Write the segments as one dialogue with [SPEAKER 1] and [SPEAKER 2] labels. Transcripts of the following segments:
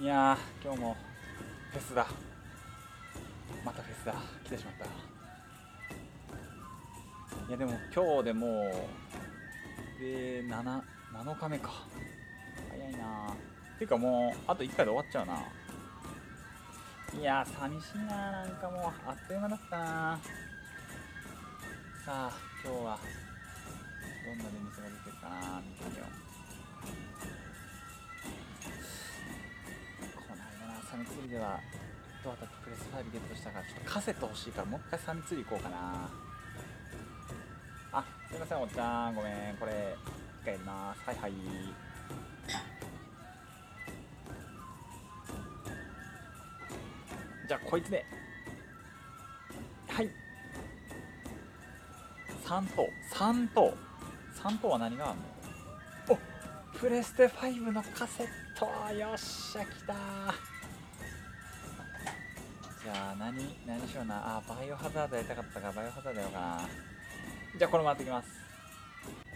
[SPEAKER 1] いやー今日もフェスだまたフェスだ来てしまったいやでも今日でもうで 7, 7日目か早いなっていうかもうあと1回で終わっちゃうないやー寂しいななんかもうあっという間だったなさあ今日はどんな出店が出てるかな見てみようこの間なサメ釣りではどうだったプレス5ゲットしたからちょっとカセット欲しいからもう一回サメ釣り行こうかなあすいませんおっちゃんごめんこれ一回やりますはいはいじゃあこいつではい3等3等3等は何があんのおプレステ5のカセットよっしゃ来たじゃあ何何しようなあバイオハザードやりたかったからバイオハザードやろうかなじゃあこれ回ってきます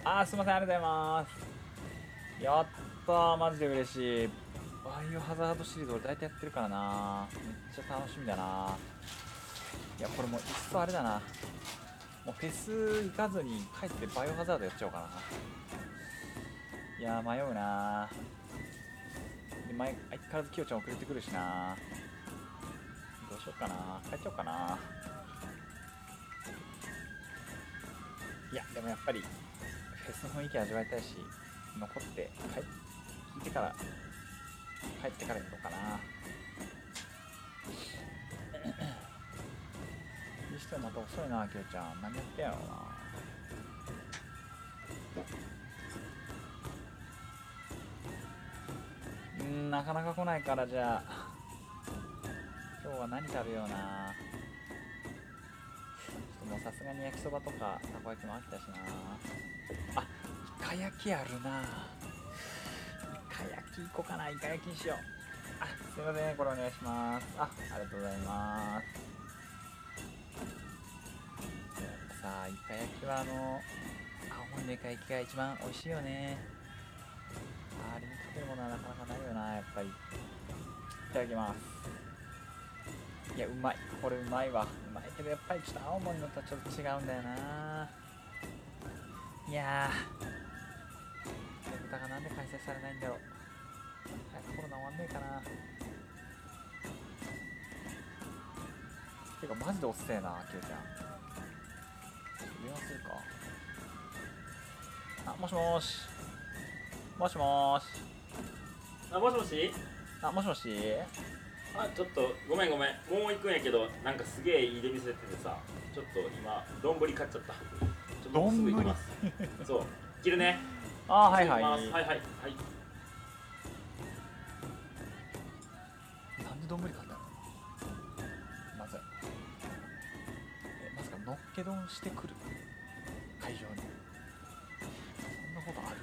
[SPEAKER 1] あーすいませんありがとうございますやったーマジで嬉しいバイオハザードシリーズ俺大体やってるからなめっちゃ楽しみだないやこれもういっそあれだなもうフェス行かずに帰ってバイオハザードやっちゃおうかないやー迷うなーで前相変わらずキヨちゃん遅れてくるしなどうしようかな帰っちゃおうかないやでもやっぱりフェスの雰囲気味わいたいし残って帰っ聞いてから帰ってから行こうかな にしてもまた遅いなキヨちゃん何やってんやろうなうーんなかなか来ないからじゃあ今日は何食べようなちょっともうさすがに焼きそばとかたこ焼きも飽きたしなあイカ焼きあるなイカ焼き行こうかなイカ焼きにしようあすいませんこれお願いしますあありがとうございますやっぱさイカ焼きはあの青森のイカ焼きが一番美味しいよねあれに食べるものはなかなかないよなやっぱりいただきますいやうまいこれうまいわうまいけどやっぱりちょっと青森のとはちょっと違うんだよないやーねぶたがなんで開催されないんだろう早くコロナ終わんねえかなてかマジでおっせえなキヨちゃんちょっと電話するかあもしもーしもしもーし
[SPEAKER 2] あもしもし
[SPEAKER 1] あもしもし
[SPEAKER 2] あちょっとごめんごめんもう行くんやけどなんかすげえいい出店やっててさちょっと今丼買っちゃったちょっともうすぐ行きますそう切るね
[SPEAKER 1] あはいはい
[SPEAKER 2] 行きますはいはいはい
[SPEAKER 1] なんで丼買ったのまずいえまさかのっけ丼してくる会場にそんなことある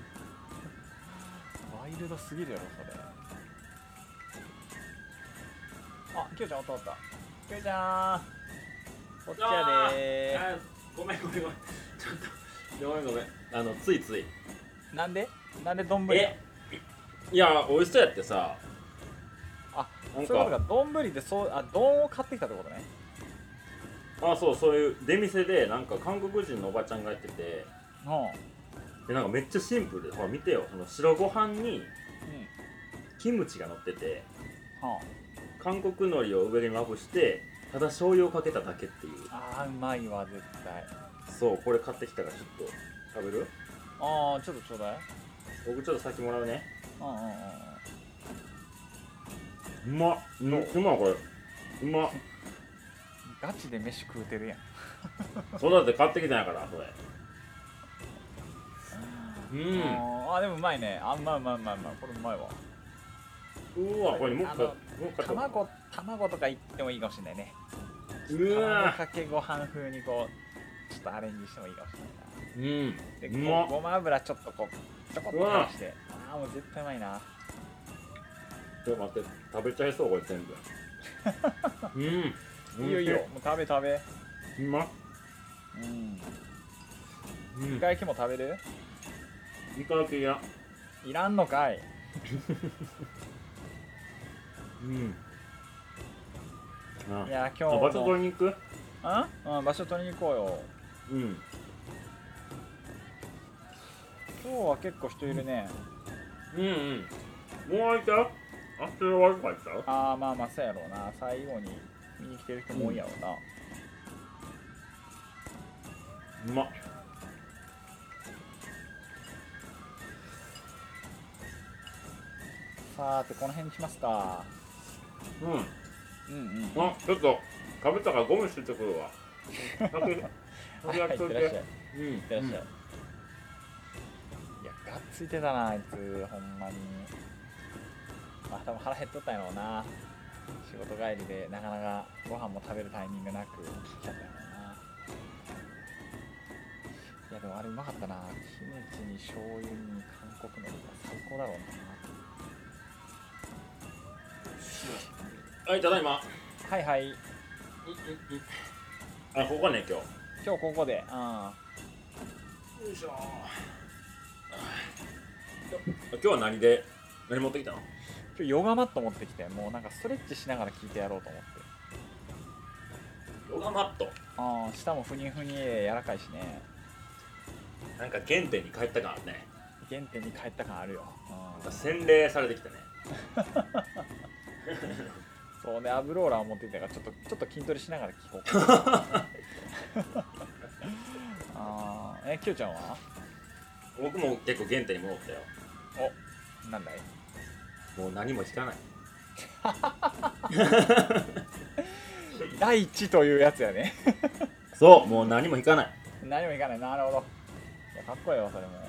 [SPEAKER 1] ワイルドすぎるやろそれあきよちゃんおったおったきよちゃんこっちやで
[SPEAKER 2] あーごめんごめんごめんちょっとごめんごめんあのついつい
[SPEAKER 1] ーなんでなんで丼
[SPEAKER 2] えいや美味しそうやってさ
[SPEAKER 1] あ
[SPEAKER 2] なん
[SPEAKER 1] そういうこと
[SPEAKER 2] か
[SPEAKER 1] か丼ってそうあ丼を買ってきたってことね
[SPEAKER 2] あそうそういう出店でなんか韓国人のおばちゃんがやってて
[SPEAKER 1] うん
[SPEAKER 2] でなんかめっちゃシンプルでほら見てよその白ご飯に
[SPEAKER 1] うん
[SPEAKER 2] キムチが乗ってて
[SPEAKER 1] は
[SPEAKER 2] 韓国海苔を上にまぶしてただ醤油をかけただけっていう
[SPEAKER 1] ああーうまいわ絶対
[SPEAKER 2] そうこれ買ってきたからちょっと食べる
[SPEAKER 1] ああちょっとちょうだい
[SPEAKER 2] 僕ちょっと先もらうね
[SPEAKER 1] うんうんうんうん
[SPEAKER 2] うまっうん
[SPEAKER 1] どう
[SPEAKER 2] うまいこれうまっ
[SPEAKER 1] ガチで飯食うてるやん
[SPEAKER 2] そうだって買ってきたんやからそれうん
[SPEAKER 1] あーでもうまいねあうまいうまいうまいうまいこれうまいわ
[SPEAKER 2] うわこれもう
[SPEAKER 1] あ
[SPEAKER 2] か
[SPEAKER 1] の
[SPEAKER 2] もう買った
[SPEAKER 1] 卵卵とかいってもいいかもしれないね
[SPEAKER 2] う
[SPEAKER 1] 卵
[SPEAKER 2] わ
[SPEAKER 1] かけご飯風にこうちょっとアレンジしてもいいかもしれな
[SPEAKER 2] うん
[SPEAKER 1] いなで
[SPEAKER 2] う
[SPEAKER 1] こ
[SPEAKER 2] ま
[SPEAKER 1] うごま油ちょっとこうちょこっと
[SPEAKER 2] うわ
[SPEAKER 1] 垂らしてああもう絶対うまいな
[SPEAKER 2] ちょっと待って食べちゃいそうこれ全部うん
[SPEAKER 1] いいよいいよもう食べ食べ
[SPEAKER 2] うまっ
[SPEAKER 1] うん
[SPEAKER 2] うん
[SPEAKER 1] イカ焼きも食べる
[SPEAKER 2] イカ焼きや
[SPEAKER 1] いらんのかい
[SPEAKER 2] うんあ
[SPEAKER 1] いや今
[SPEAKER 2] あ
[SPEAKER 1] 日も
[SPEAKER 2] 場所取りに行く
[SPEAKER 1] うん、うん、場所取りに行こうよ
[SPEAKER 2] うん
[SPEAKER 1] 今日は結構人いるね、
[SPEAKER 2] うんうんもう開いたあそれは開いた
[SPEAKER 1] ああまあまあそうやろうな最後に見に来てる人も多いやろうな、
[SPEAKER 2] うまっ
[SPEAKER 1] さーてこの辺にしますか
[SPEAKER 2] うん
[SPEAKER 1] うんうん
[SPEAKER 2] あちょっとかぶったからゴムしてくるわ先
[SPEAKER 1] はい
[SPEAKER 2] 先
[SPEAKER 1] い
[SPEAKER 2] や
[SPEAKER 1] っ
[SPEAKER 2] っとい
[SPEAKER 1] てらっしゃい
[SPEAKER 2] てうんい
[SPEAKER 1] いってらっしゃい、いやがっついてたなあいつほんまにまあ多分腹減っとったんやろうな仕事帰りでなかなかご飯も食べるタイミングなく来ちゃったんやろうないやでもあれうまかったなキムチに醤油に韓国のりが最高だろうな
[SPEAKER 2] はいただいま
[SPEAKER 1] はいはい
[SPEAKER 2] あここね今
[SPEAKER 1] 今日ここでうん
[SPEAKER 2] 日よいしょ今日は何で何持ってきたの
[SPEAKER 1] 今日ヨガマット持ってきてもうなんかストレッチしながら聞いてやろうと思って
[SPEAKER 2] ヨガマット
[SPEAKER 1] ああ舌もふにふにで柔らかいしね
[SPEAKER 2] なんか原点に帰った感あるね
[SPEAKER 1] 原点に帰った感あるよ、
[SPEAKER 2] なん
[SPEAKER 1] う
[SPEAKER 2] か
[SPEAKER 1] ん、
[SPEAKER 2] 洗礼されてきたね
[SPEAKER 1] そうねアブローラー持ってきたからちょっとちょっと筋トレしながら聞こうか なあーえきよちゃんは
[SPEAKER 2] 僕も結構原点に戻ったよ
[SPEAKER 1] おなんだい
[SPEAKER 2] もう何も聞かない
[SPEAKER 1] 第一というやつやね
[SPEAKER 2] そうもう何も聞かない
[SPEAKER 1] 何もいかないなるほどいやかっこいいわそれも、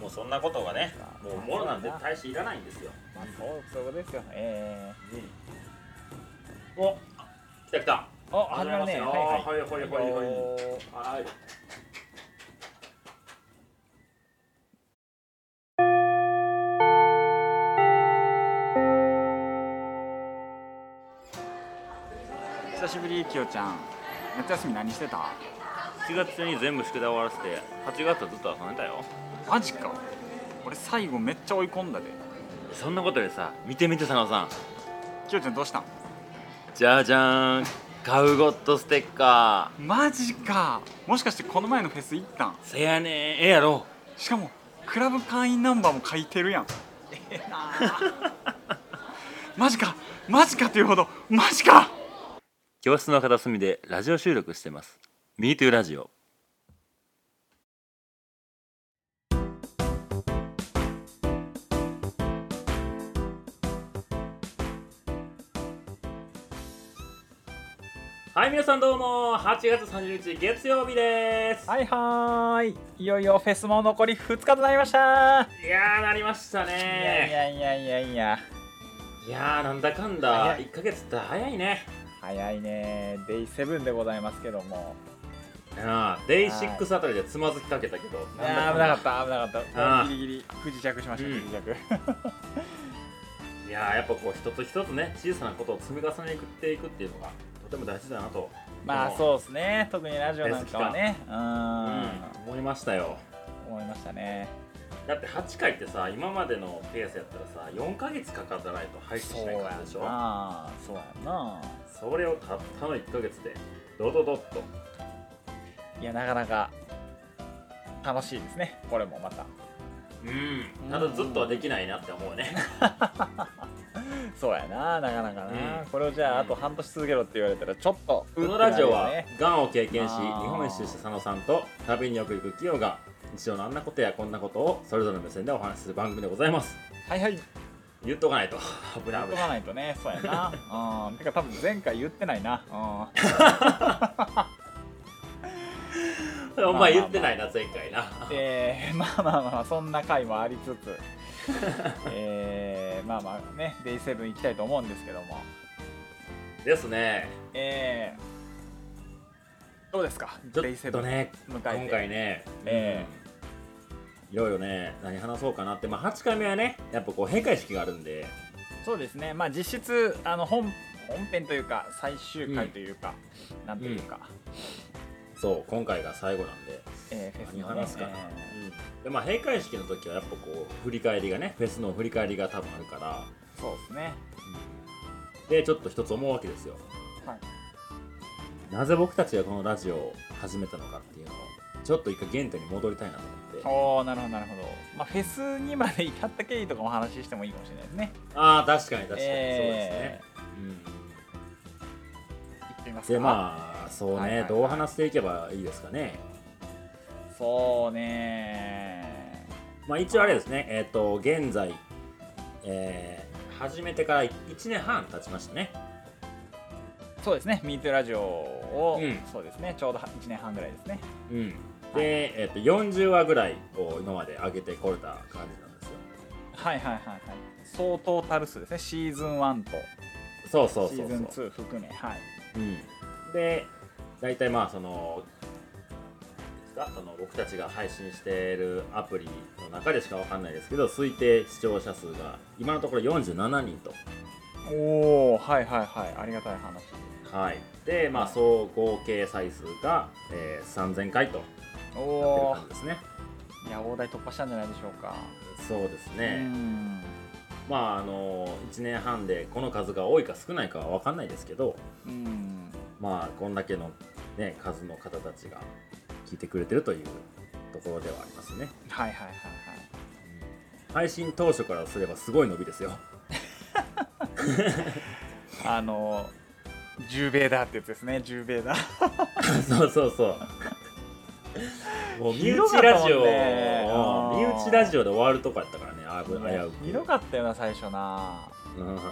[SPEAKER 2] もうそんなことがねもうもろなんて大していらないんですよ
[SPEAKER 1] まあ、そうそういうことですよえ
[SPEAKER 2] うんお来た来た
[SPEAKER 1] ー、お始まるね
[SPEAKER 2] あ
[SPEAKER 1] はいはい
[SPEAKER 2] はいはいはいはいはい
[SPEAKER 1] よ
[SPEAKER 2] はい。
[SPEAKER 1] ー久しぶりきよちゃん夏休み何してた
[SPEAKER 2] 7月に全部宿題終わらせて8月はずっと遊んでたよ
[SPEAKER 1] マジか俺最後めっちゃ追い込んだで
[SPEAKER 2] そんなことでさ見てみて佐野さん
[SPEAKER 1] きよちゃんどうしたん
[SPEAKER 2] じゃじゃーんカウゴットステッカ
[SPEAKER 1] マジかもしかしてこの前のフェス行ったん
[SPEAKER 2] ーせやねんええやろ
[SPEAKER 1] しかもクラブ会員ナンバーも書いてるやんええなあマジかマジかというほどマジか
[SPEAKER 2] 教室の片隅でラジオ収録してます「MeToo ラジオはい皆さんどうも8月30日月曜日です、
[SPEAKER 1] はいはーいいよいよフェスも残り2日となりました
[SPEAKER 2] い、やーなりました
[SPEAKER 1] いやいやいやい
[SPEAKER 2] ね
[SPEAKER 1] やいや
[SPEAKER 2] いやーなんだかん
[SPEAKER 1] 早
[SPEAKER 2] だ
[SPEAKER 1] い
[SPEAKER 2] 1ヶ月って早いね
[SPEAKER 1] 早いねデイセブンでございますけども
[SPEAKER 2] あデイ6あたりでつまずきかけたけど
[SPEAKER 1] いやー危なかった危なかった
[SPEAKER 2] あー
[SPEAKER 1] ギリギリ不時着しました
[SPEAKER 2] うん
[SPEAKER 1] 不時着、
[SPEAKER 2] いやーやっぱこう一つ一つね小さなことを積み重ねていくっていうのがとても大事だなと、
[SPEAKER 1] まあそうですね特にラジオなんかはねう
[SPEAKER 2] うん
[SPEAKER 1] ー
[SPEAKER 2] 思いましたよ
[SPEAKER 1] ん思いましたね
[SPEAKER 2] だって8回ってさ今までのペースやったらさ4ヶ月かからないと配信しないからでしょ
[SPEAKER 1] なそうやな
[SPEAKER 2] それをたったの1ヶ月でドドドッと
[SPEAKER 1] いやなかなか楽しいですねこれもまた
[SPEAKER 2] うんただずっとはできないなって思うね
[SPEAKER 1] そうやななかなかな、
[SPEAKER 2] うん
[SPEAKER 1] これをじゃあ、
[SPEAKER 2] うん
[SPEAKER 1] あと半年続けろって言われたらちょっと
[SPEAKER 2] このラジオは
[SPEAKER 1] うってなるよね
[SPEAKER 2] がんを経験し
[SPEAKER 1] あ
[SPEAKER 2] 日
[SPEAKER 1] ー
[SPEAKER 2] 本一周した佐野さんと旅によく行くキヨが日常のあんなことやこんなことをそれぞれの目線でお話しする番組でございます
[SPEAKER 1] はいはい
[SPEAKER 2] 言っとかないと危
[SPEAKER 1] 言
[SPEAKER 2] な
[SPEAKER 1] っ
[SPEAKER 2] い危
[SPEAKER 1] と
[SPEAKER 2] な
[SPEAKER 1] か
[SPEAKER 2] い
[SPEAKER 1] ないとねそうやなうんてか多分前回言ってないなうん
[SPEAKER 2] お前言ってないな前回な
[SPEAKER 1] えー、 まあまあまあそんな回もありつつえー、まあまあねデイセブン行きたいと思うんですけども
[SPEAKER 2] ですね
[SPEAKER 1] えー、どうですか
[SPEAKER 2] ちょ
[SPEAKER 1] デイセ
[SPEAKER 2] っ
[SPEAKER 1] ブ
[SPEAKER 2] と
[SPEAKER 1] ン
[SPEAKER 2] ね
[SPEAKER 1] 迎えて
[SPEAKER 2] 今回ね
[SPEAKER 1] え
[SPEAKER 2] いろいろね何話そうかなってまあ8回目はねやっぱこう閉会式があるんで
[SPEAKER 1] そうですね、まあ、実質あの本本編というか最終回というか、なんというか、
[SPEAKER 2] そう今回が最後なんで
[SPEAKER 1] えーフェス
[SPEAKER 2] 何
[SPEAKER 1] の、
[SPEAKER 2] 話すかな、
[SPEAKER 1] え
[SPEAKER 2] うんでまあ閉会式の時はやっぱこう振り返りがねフェスの振り返りが多分あるから
[SPEAKER 1] ーそうですね
[SPEAKER 2] でちょっと一つ思うわけですよ
[SPEAKER 1] はい
[SPEAKER 2] なぜ僕たちがこのラジオを始めたのかっていうのをちょっと一回原点に戻りたいなと思って
[SPEAKER 1] おおなるほどなるほどまあフェスにまで至った経緯とかもお話ししてもいいかもしれないですね
[SPEAKER 2] ああ確かに確
[SPEAKER 1] え
[SPEAKER 2] かに、そうですね、
[SPEAKER 1] ー行ってみま
[SPEAKER 2] うん、
[SPEAKER 1] す
[SPEAKER 2] で
[SPEAKER 1] か
[SPEAKER 2] まあそうね、
[SPEAKER 1] はいはいはい
[SPEAKER 2] どう話していけばいいですかね
[SPEAKER 1] そうね
[SPEAKER 2] まあ一応あれですねえっ、と現在えー始めてから1年半経ちましたね
[SPEAKER 1] そうですね「MeToo ラジオを」
[SPEAKER 2] うん
[SPEAKER 1] そうですねちょうど1年半ぐらいですね
[SPEAKER 2] うんで、えっと40話ぐらいを今まで上げてこれた感じなんですよ
[SPEAKER 1] はいはいはいはい相当たる数ですねシーズン1と
[SPEAKER 2] そうそうそうそう
[SPEAKER 1] シーズン2含めはい
[SPEAKER 2] うん、で大体まあそのですかその僕たちが配信しているアプリの中でしかわかんないですけど推定視聴者数が今のところ47人と、
[SPEAKER 1] おおはいはいはいありがたい話
[SPEAKER 2] はい、でまあ総合計再生が、えー3000回と
[SPEAKER 1] お
[SPEAKER 2] なってる
[SPEAKER 1] お
[SPEAKER 2] 感じですね
[SPEAKER 1] いや大台突破したんじゃないでしょうか
[SPEAKER 2] そうです
[SPEAKER 1] う
[SPEAKER 2] ね、
[SPEAKER 1] ん
[SPEAKER 2] まああの1年半でこの数が多いか少ないかはわかんないですけど
[SPEAKER 1] うん
[SPEAKER 2] まあこんだけの、ね、数の方たちが聞いてくれてるというところではありますね
[SPEAKER 1] はいはいはいはい
[SPEAKER 2] 配信当初からすればすごい伸びですよ
[SPEAKER 1] あの10ベーダーってやつですね10ベーダー
[SPEAKER 2] そうそうそうもう身
[SPEAKER 1] ひ
[SPEAKER 2] 内ラジ
[SPEAKER 1] どかったも
[SPEAKER 2] オ、
[SPEAKER 1] んね
[SPEAKER 2] うん身
[SPEAKER 1] うん
[SPEAKER 2] 内ラジオで終わるとこやったからねあぶ危うく
[SPEAKER 1] ひどかったよな最初な
[SPEAKER 2] う
[SPEAKER 1] なんか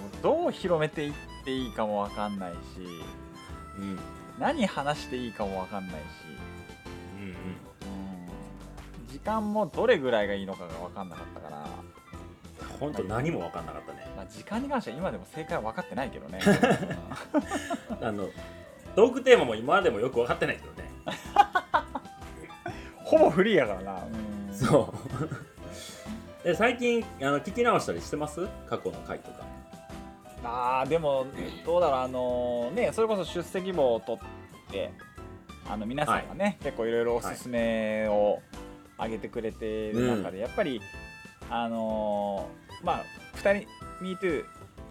[SPEAKER 1] もうどう広めていっていいかもわかんないし
[SPEAKER 2] んうん
[SPEAKER 1] 何話していいかもわかんないし
[SPEAKER 2] うん
[SPEAKER 1] うん時間もどれぐらいがいいのかが分かんなかったから、
[SPEAKER 2] うん本当何も分かんなかったね
[SPEAKER 1] まあ、時間に関しては今でも正解は分かってないけどね
[SPEAKER 2] あのトークテーマも今までもよく分かってないけどね
[SPEAKER 1] ほぼフリーやからなうん
[SPEAKER 2] そう え最近あの聞き直したりしてます過去の回とか
[SPEAKER 1] あーでもどうだろうあのーねそれこそ出席簿を取ってあの皆さんがね、結構いろいろおすすめを上げてくれてる中で、やっぱりあのーまあ2人「MeToo」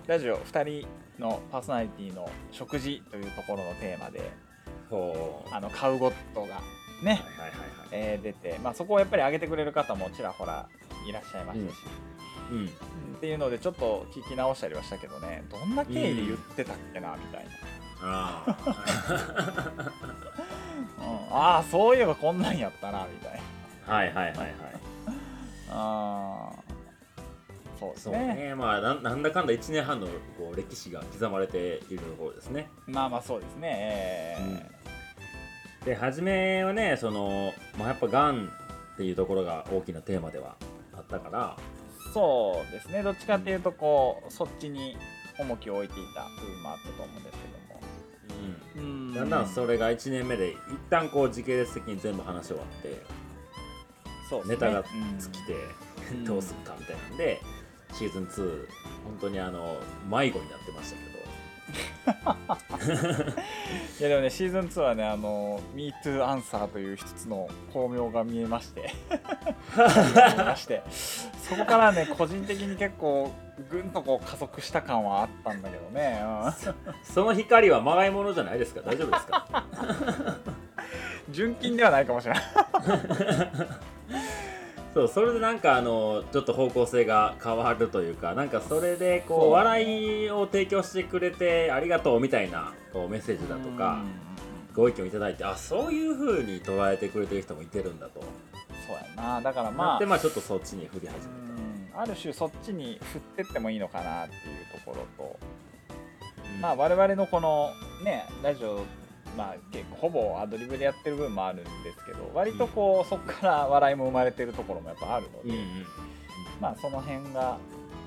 [SPEAKER 1] ラジオ2人のパーソナリティの食事というところのテーマで
[SPEAKER 2] ほう
[SPEAKER 1] あのカウゴットがね、
[SPEAKER 2] はいはいはいは
[SPEAKER 1] えー出て、まあ、そこをやっぱり上げてくれる方もちらほらいらっしゃいましたし、
[SPEAKER 2] いうん
[SPEAKER 1] っていうのでちょっと聞き直したりはしたけどねどんな経緯で言ってたっけなみたいな、
[SPEAKER 2] ああ
[SPEAKER 1] うんああそういえばこんなんやったなみたい
[SPEAKER 2] はいはいはい はい
[SPEAKER 1] なあーそうです
[SPEAKER 2] そう
[SPEAKER 1] ね
[SPEAKER 2] ね、まあなんなんだかんだ1年半のこう歴史が刻まれているところですね。
[SPEAKER 1] まあまあそうですね、
[SPEAKER 2] で初めはねその、まあ、やっぱがんっていうところが大きなテーマではあったから
[SPEAKER 1] えーそうですねどっちかっていうとこうそっちに重きを置いていた部分もあったと思うんですけども、うん
[SPEAKER 2] だんだんそれが1年目で一旦こう時系列的に全部話し終わって
[SPEAKER 1] そうですね
[SPEAKER 2] ネタが
[SPEAKER 1] うん
[SPEAKER 2] 尽きて、
[SPEAKER 1] うん
[SPEAKER 2] どうするかみたいなんでシーズン2本当にあの迷子になってましたけど。
[SPEAKER 1] いやでもねシーズン2はねあの「MeToo アンサー」という一つの巧妙が見えまして見えましてそこからね個人的に結構ぐんとこう加速した感はあったんだけどね、
[SPEAKER 2] その光はまがいものじゃないですか大丈夫です か
[SPEAKER 1] うん、純金ではないかもしれない
[SPEAKER 2] そうそれでなんかあのちょっと方向性が変わるというかなんかそれでこう
[SPEAKER 1] そう
[SPEAKER 2] 笑いを提供してくれてありがとうみたいなこうメッセージだとかご意見をいただいてあそういう風に捉えてくれてる人もいてるんだと、
[SPEAKER 1] うんそうやなだから
[SPEAKER 2] なっ
[SPEAKER 1] まあ
[SPEAKER 2] てまあちょっとそっちに振り始
[SPEAKER 1] う
[SPEAKER 2] め
[SPEAKER 1] んある種そっちに振ってってもいいのかなっていうところと
[SPEAKER 2] た、
[SPEAKER 1] まあ我々のこのねラジオまあ結構ほぼアドリブでやってる部分もあるんですけど割とこうそこから 笑いも生まれてるところもやっぱあるの
[SPEAKER 2] うんう
[SPEAKER 1] で、
[SPEAKER 2] ん
[SPEAKER 1] まあその辺が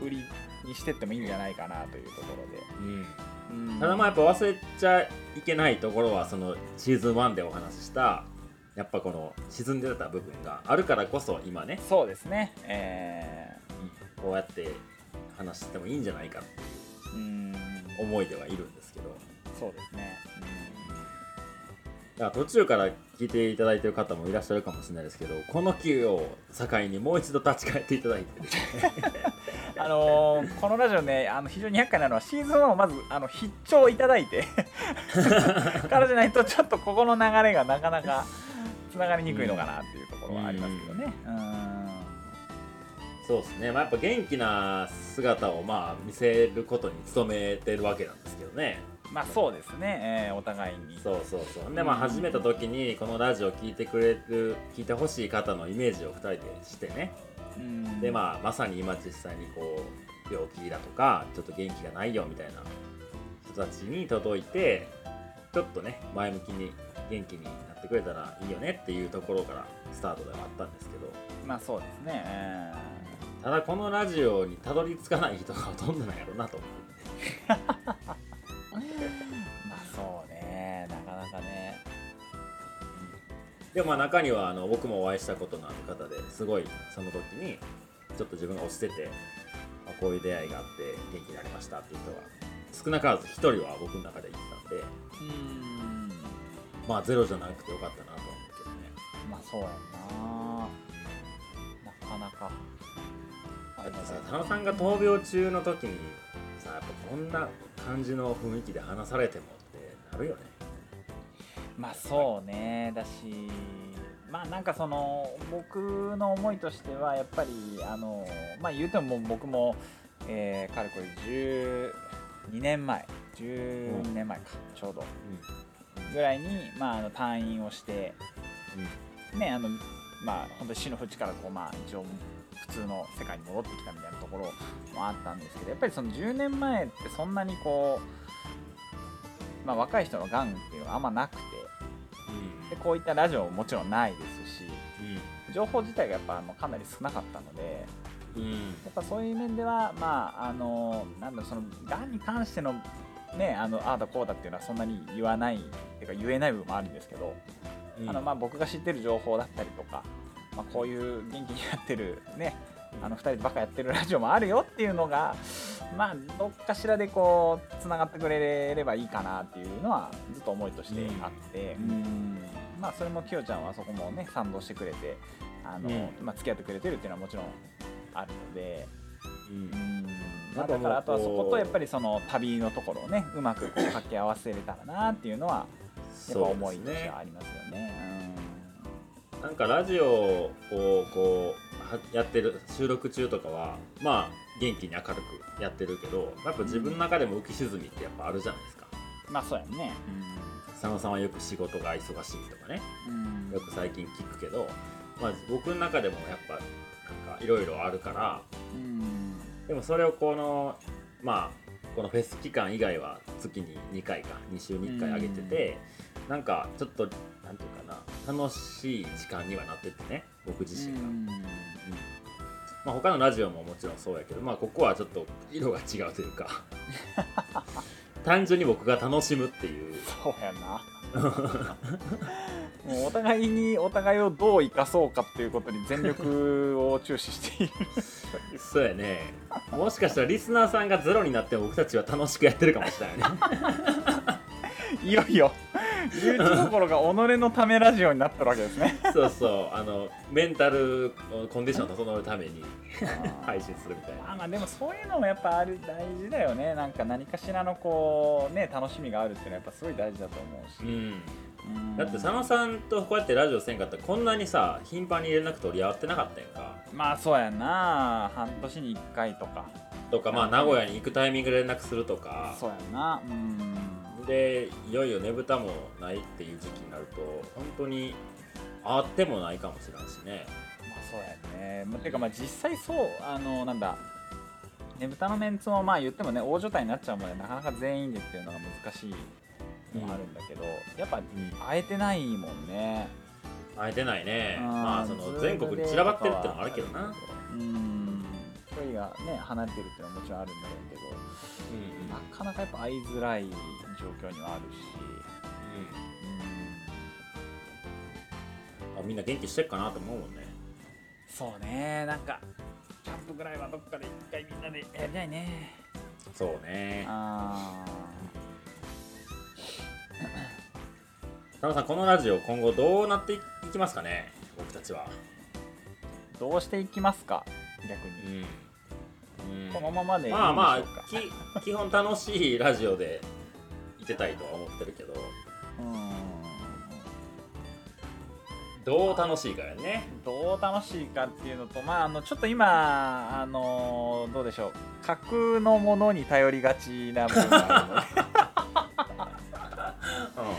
[SPEAKER 1] 売りにしてってもいいんじゃないかなというところで、
[SPEAKER 2] うん
[SPEAKER 1] うん
[SPEAKER 2] ただまあやっぱ忘れちゃいけないところはそのシーズン1でお話ししたやっぱこの沈んでた部分があるからこそ今ね
[SPEAKER 1] そうですねえ
[SPEAKER 2] こうやって話してもいいんじゃないかって
[SPEAKER 1] ーうん
[SPEAKER 2] 思いではいるんですけど
[SPEAKER 1] そうですね、
[SPEAKER 2] だから途中から聞いていただいてる方もいらっしゃるかもしれないですけどこの木を境にもう一度立ち返っていただいてですね
[SPEAKER 1] うんあのーこのラジオねあの非常に厄介なのはシーズン1をまずあの必聴いただい てからじゃないとちょっとここの流れがなかなかつながりにくいのかなっていうところはありますけどね。うん
[SPEAKER 2] そうですね、まあ、やっぱ元気な姿をまあ見せることに努めてるわけなんですけどね
[SPEAKER 1] まあそうですね、えーお互いに。
[SPEAKER 2] そうそうそうでまあ始めた時にこのラジオ聞いてくれる聞いてほしい方のイメージを2人でしてね
[SPEAKER 1] うん
[SPEAKER 2] でまあまさに今実際にこう病気だとかちょっと元気がないよみたいな人たちに届いてちょっとね前向きに元気になってくれたらいいよねっていうところからスタートではあったんですけど
[SPEAKER 1] まあそうですね。え
[SPEAKER 2] ただこのラジオにたどり着かない人がほとんどなんやろうなと思って
[SPEAKER 1] ーまあそうね、なかなかね。
[SPEAKER 2] でもまあ中にはあの僕もお会いしたことのある方ですごいその時にちょっと自分が落ちてて、まあこういう出会いがあって元気になりましたっていう人が少なからず1人は僕の中でいてたんで
[SPEAKER 1] うん。
[SPEAKER 2] まあゼロじゃなくてよかったなと思うけどね
[SPEAKER 1] まあそうやんな。なかなか。
[SPEAKER 2] だってさ田野さんが闘病中の時にさやっぱこんな感じの雰囲気で話されてもってなるよね
[SPEAKER 1] まあそうねだしまあなんかその僕の思いとしてはやっぱりあのまあ言うても僕も、えー、かれこれ12年前12年前かちょうどぐらいに、まあ、あの退院をして
[SPEAKER 2] うんうん
[SPEAKER 1] ねあのまあ本当に死の淵からこうまあ一応普通の世界に戻ってきたみたいなところもあったんですけどやっぱりその10年前ってそんなにこう、まあ、若い人のがんっていうのがあんまなくて。でこういったラジオももちろんないですし情報自体がやっぱあのかなり少なかったので
[SPEAKER 2] うんうん
[SPEAKER 1] やっぱそういう面ではまああのなんだろうそのがんに関してのねあのああだこうだっていうのはそんなに言わないっていうか言えない部分もあるんですけど、
[SPEAKER 2] うん
[SPEAKER 1] あのまあ僕が知ってる情報だったりとか、まあ、こういう元気にやってるねあの2人でバカやってるラジオもあるよっていうのがまあどっかしらでこうつながってくれればいいかなっていうのはずっと思いとしてあって、
[SPEAKER 2] うん
[SPEAKER 1] うんまあそれもきよちゃんはそこもね賛同してくれてあの、
[SPEAKER 2] うん
[SPEAKER 1] まあ、付き合ってくれてるっていうのはもちろんあるので、
[SPEAKER 2] うん
[SPEAKER 1] うんまあ、
[SPEAKER 2] なんかも
[SPEAKER 1] だ
[SPEAKER 2] う
[SPEAKER 1] からあとはそこ
[SPEAKER 2] こう
[SPEAKER 1] とやっぱりその旅のところをねうま くこう掛け合わせれたらなっていうのはやっぱ思いとしてはありますよね。
[SPEAKER 2] なんかラジオをこうはやってる収録中とかはまあ元気に明るくやってるけどやっぱ自分の中でも浮き沈みってやっぱあるじゃないですか
[SPEAKER 1] うんまあそうやんね。
[SPEAKER 2] 佐野さんはよく仕事が忙しいとかね
[SPEAKER 1] うん
[SPEAKER 2] よく最近聞くけど、まあ、僕の中でもやっぱなんかいろいろあるから
[SPEAKER 1] うん
[SPEAKER 2] でもそれをこのまあこのフェス期間以外は月に2回か2週に1回上げてて、なんかちょっとなんていうかな楽しい時間にはなってってね僕自身が。
[SPEAKER 1] うん
[SPEAKER 2] まあ、他のラジオももちろんそうやけど、まあ、ここはちょっと色が違うというか単純に僕が楽しむっていう
[SPEAKER 1] そう やな。もうお互いにお互いをどう生かそうかっていうことに全力を注視している
[SPEAKER 2] そうやねもしかしたらリスナーさんがゼロになっても僕たちは楽しくやってるかもしれないね
[SPEAKER 1] いよいよ身内心が己のためラジオになってるわけですね
[SPEAKER 2] そうそうあのメンタルコンディションを整えるために配信するみたい
[SPEAKER 1] まあ
[SPEAKER 2] な
[SPEAKER 1] まあでもそういうのもやっぱある大事だよねなんか何かしらのこうね楽しみがあるっていうのはやっぱすごい大事だと思う
[SPEAKER 2] う
[SPEAKER 1] し、
[SPEAKER 2] ん
[SPEAKER 1] うん
[SPEAKER 2] だって佐野さんとこうやってラジオせんかったらこんなにさ頻繁に連絡取り合ってなかったやんか
[SPEAKER 1] まあそうやな半年に1回とか
[SPEAKER 2] とかまあ名古屋に行くタイミングで連絡するとか
[SPEAKER 1] そうやなうん
[SPEAKER 2] でいよいよねぶたもないっていう時期になると本当にあってもないかもしれないしね
[SPEAKER 1] まあそうやね、まあ、てかまあ実際そうあのなんだねぶたのメンツもまあ言ってもね大所帯になっちゃうもんねなかなか全員でっていうのが難しいのもあるんだけど、やっぱ
[SPEAKER 2] うん
[SPEAKER 1] 会えてないもんね
[SPEAKER 2] 会えてないね
[SPEAKER 1] あー
[SPEAKER 2] まあその
[SPEAKER 1] ズー
[SPEAKER 2] 全
[SPEAKER 1] ムで
[SPEAKER 2] 国に散らばってるってのもあるけどなうんうん
[SPEAKER 1] うん距離がね離れてるっていうのはもちろんあるんだろうけどなかなかやっぱ会いづらい状況にはあるしうん
[SPEAKER 2] うんあみんな元気してっかなと思うもんね
[SPEAKER 1] そうねなんかキャンプぐらいはどっかで一回みんなでやりたいね
[SPEAKER 2] そうね
[SPEAKER 1] あ
[SPEAKER 2] 田野さんこのラジオ今後どうなっていきますかね僕たちは
[SPEAKER 1] ーどうしていきますか逆
[SPEAKER 2] う
[SPEAKER 1] に、
[SPEAKER 2] んうん
[SPEAKER 1] このままでいいんでし
[SPEAKER 2] ま
[SPEAKER 1] ょ
[SPEAKER 2] あ
[SPEAKER 1] うか、
[SPEAKER 2] まあき基本楽しいラジオでいてたいとは思ってるけど
[SPEAKER 1] うん
[SPEAKER 2] どう楽しいかやね
[SPEAKER 1] どう楽しいかっていうのとまああのちょっと今あのどうでしょう架空のものに頼りがちな部分があるので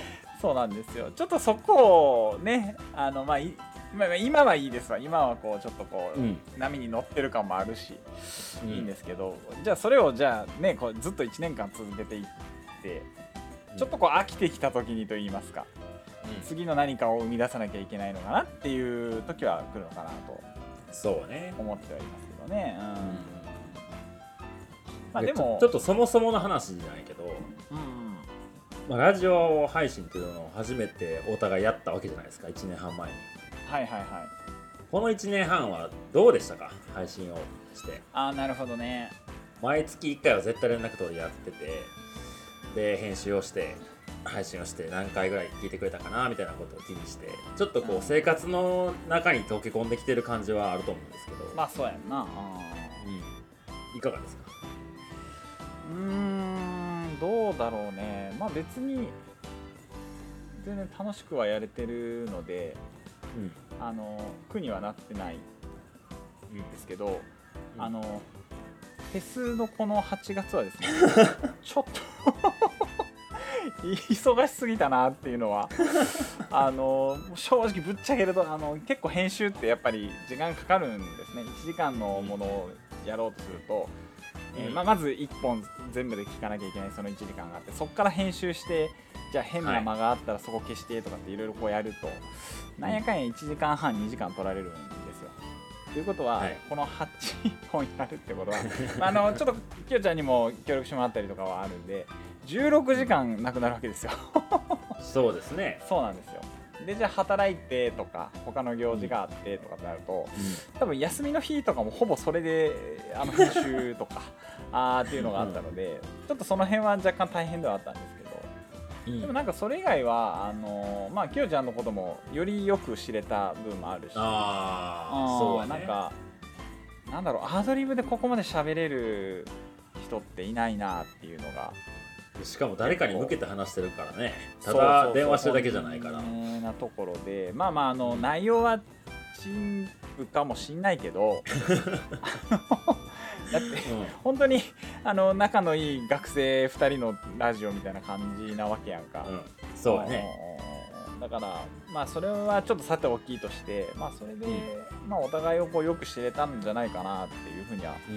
[SPEAKER 1] そうなんですよ。ちょっとそこをね、あのまあい今今はいいですわ。今はこうちょっとこう、
[SPEAKER 2] うん
[SPEAKER 1] 波に乗ってる感もあるし、
[SPEAKER 2] うん
[SPEAKER 1] いいんですけど、じゃあそれをじゃあね、こうずっと1年間続けていって、ちょっとこう飽きてきた時にと言いますか、
[SPEAKER 2] うん
[SPEAKER 1] 次の何かを生み出さなきゃいけないのかなっていう時は来るのかなと
[SPEAKER 2] そうね
[SPEAKER 1] 思ってはいますけどね。うん。
[SPEAKER 2] うん
[SPEAKER 1] まあでも
[SPEAKER 2] ちょちょっとそもそもの話じゃないけど、
[SPEAKER 1] うんうん
[SPEAKER 2] まあ、ラジオ配信っていうのを初めてお互いやったわけじゃないですか1年半前に
[SPEAKER 1] はいはいはい。
[SPEAKER 2] この1年半はどうでしたか配信をして
[SPEAKER 1] ああなるほどね。
[SPEAKER 2] 毎月1回は絶対連絡取りやっててで編集をして配信をして何回ぐらい聞いてくれたかなみたいなことを気にしてちょっとこ
[SPEAKER 1] う
[SPEAKER 2] うん生活の中に溶け込んできてる感じはあると思うんですけど、
[SPEAKER 1] まあそうやんな。うん
[SPEAKER 2] うん、いかがですか
[SPEAKER 1] うーんどうだろうねまあ別に全然楽しくはやれてるので
[SPEAKER 2] うん
[SPEAKER 1] あの苦にはなってないんですけど、
[SPEAKER 2] うん
[SPEAKER 1] あのフェスのこの8月はです ねちょっと 忙しすぎたなっていうの はあの正直ぶっちゃけるとあの結構編集ってやっぱり時間かかるんですね1時間のものをやろうとすると、えーまあ、まず1本全部で聞かなきゃいけないその1時間があってそこから編集してじゃあ変な間があったらそこ消してとかっていろいろこうやると、なんやかんや1時間半2時間取られるんですよ。ということは、
[SPEAKER 2] はい
[SPEAKER 1] この8本やるってことは まああのちょっときよちゃんにも協力してもらったりとかはあるんで16時間なくなるわけですよ。
[SPEAKER 2] そうですね、
[SPEAKER 1] そうなんですよでじゃあ働いてとか他の行事があってとかってなると、多分休みの日とかもほぼそれであの編集とか あーっていうのがあったので、ちょっとその辺は若干大変ではあったんですけど
[SPEAKER 2] うん
[SPEAKER 1] でもなんかそれ以外はあのーまあきよちゃんのこともよりよく知れた分もあるし
[SPEAKER 2] あ
[SPEAKER 1] あ
[SPEAKER 2] あ
[SPEAKER 1] ー
[SPEAKER 2] そうね
[SPEAKER 1] なんかなんだろうアドリブでここまで喋れる人っていないなっていうのが
[SPEAKER 2] しかも誰かに向けて話してるからね
[SPEAKER 1] そうそ
[SPEAKER 2] た
[SPEAKER 1] うそ
[SPEAKER 2] だ
[SPEAKER 1] う
[SPEAKER 2] 電話してるだけじゃないから
[SPEAKER 1] 有名なところでまあまああの内容は陳腐かもしんないけ どあのだって本当にあの仲のいい学生2人のラジオみたいな感じなわけやんか、
[SPEAKER 2] うん、うん、そうやね
[SPEAKER 1] うんだからまあそれはちょっとさて大きいとしてまあそれで、まあ、お互いをこうよく知れたんじゃないかなっていうふうには
[SPEAKER 2] うん、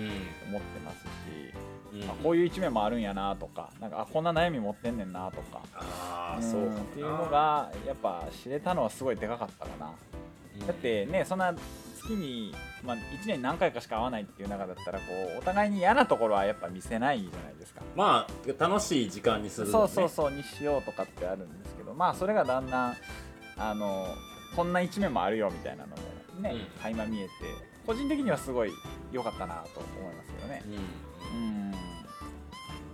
[SPEAKER 1] 思ってますし、
[SPEAKER 2] うん
[SPEAKER 1] まあ、こういう一面もあるんやなとかなんかあこんな悩み持ってんねんなとか
[SPEAKER 2] ああ
[SPEAKER 1] ん
[SPEAKER 2] そうかもな
[SPEAKER 1] っていうのがやっぱ知れたのはすごいでかかったかな。だってねそんな月に、まあ、1年に何回かしか会わないっていう中だったらこうお互いに嫌なところはやっぱ見せないじゃないですか、
[SPEAKER 2] まあ楽しい時間にするの
[SPEAKER 1] そ
[SPEAKER 2] ね
[SPEAKER 1] うそうそうにしようとかってあるんですけどまあそれがだんだんあのこんな一面もあるよみたいなのもね、
[SPEAKER 2] うん
[SPEAKER 1] 垣間見えて個人的にはすごい良かったなと思いますけどね
[SPEAKER 2] うん、
[SPEAKER 1] うん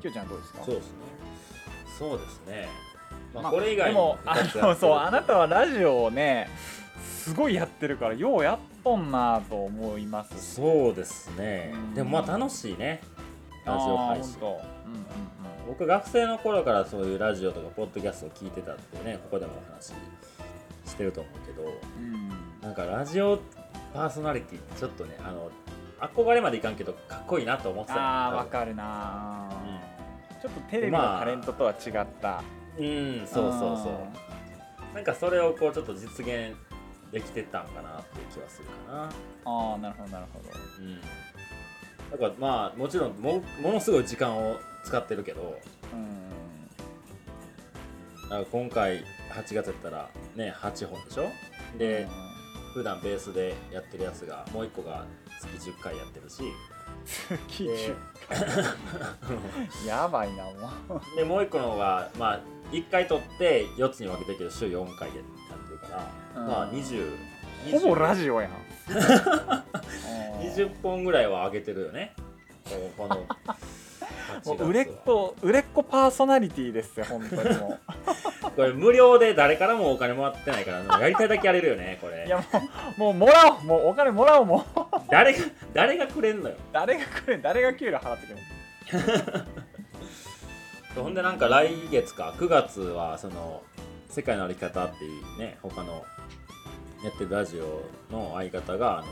[SPEAKER 1] きよちゃんどうですか
[SPEAKER 2] そうですねそうですねまあ、
[SPEAKER 1] まあ
[SPEAKER 2] これ以外
[SPEAKER 1] で
[SPEAKER 2] に
[SPEAKER 1] もあ
[SPEAKER 2] 二つやってる
[SPEAKER 1] のそうあなたはラジオをねすごいやってるからようやっとんなと思いますし
[SPEAKER 2] そうですね
[SPEAKER 1] うん
[SPEAKER 2] でもまあ楽しいねラジオ配信
[SPEAKER 1] あーほんとうんうんうん
[SPEAKER 2] 僕学生の頃からそういうラジオとかポッドキャストを聞いてたってねここでもお話ししてると思うけど
[SPEAKER 1] うん
[SPEAKER 2] なんかラジオパーソナリティってちょっとねあの憧れまでいかんけどかっこいいなと思ってた
[SPEAKER 1] あー
[SPEAKER 2] 多
[SPEAKER 1] わ
[SPEAKER 2] 分
[SPEAKER 1] かるなー、ちょっとテレビのタレントとは違った、
[SPEAKER 2] うんそうそうそうなんかそれをこうちょっと実現できてたんかなっていう気はするかな
[SPEAKER 1] ああなるほどなるほど
[SPEAKER 2] うんだからまあもちろんもものすごい時間を使ってるけど
[SPEAKER 1] うん
[SPEAKER 2] なんか今回8月やったらね8本でしょで、普段ベースでやってるやつがもう1個が月10回やってるし
[SPEAKER 1] うん、月10や ばいなもう
[SPEAKER 2] でもう1個の方がまあ1回取って4つに分けてるけど週4回でやってるから、
[SPEAKER 1] うん
[SPEAKER 2] まあ20
[SPEAKER 1] ほぼラ
[SPEAKER 2] ジ
[SPEAKER 1] ジオやん
[SPEAKER 2] 20本ぐらいは上げてるよねこ の8
[SPEAKER 1] も
[SPEAKER 2] 月は
[SPEAKER 1] う売れっ子売れっ子パーソナリティですよ本当にも
[SPEAKER 2] これ無料で誰からもお金もらってないからやりたいだけやれるよねこ
[SPEAKER 1] う
[SPEAKER 2] れ
[SPEAKER 1] いやもうもうもらおうもうお金もらおうもう
[SPEAKER 2] 誰が誰がくれんのよ
[SPEAKER 1] 誰が来る誰が給料払ってくる
[SPEAKER 2] ほんでなんか来月か9月はその「世界の歩き方」っていうね他のやってるラジオの相方があの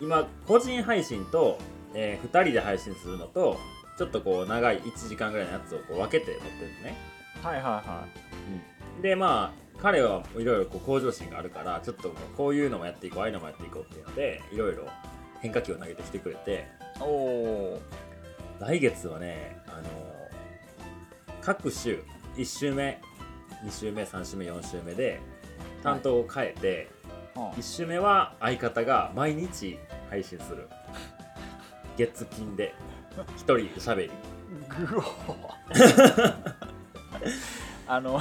[SPEAKER 2] 今個人配信と、え2人で配信するのとちょっとこう長い1時間ぐらいのやつをこう分けて持ってるのね、
[SPEAKER 1] はいはいは
[SPEAKER 2] でまあ彼はいろいろこう向上心があるからちょっとこういうのもやっていこうああいうのもやっていこうっていうのでいろいろ変化球を投げてきてくれて
[SPEAKER 1] いおお
[SPEAKER 2] 来月はね、あの各週1週目2週目3週目4週目で担当を変えて、1週目は相方が毎日配信する月金で1人喋り
[SPEAKER 1] グオ あの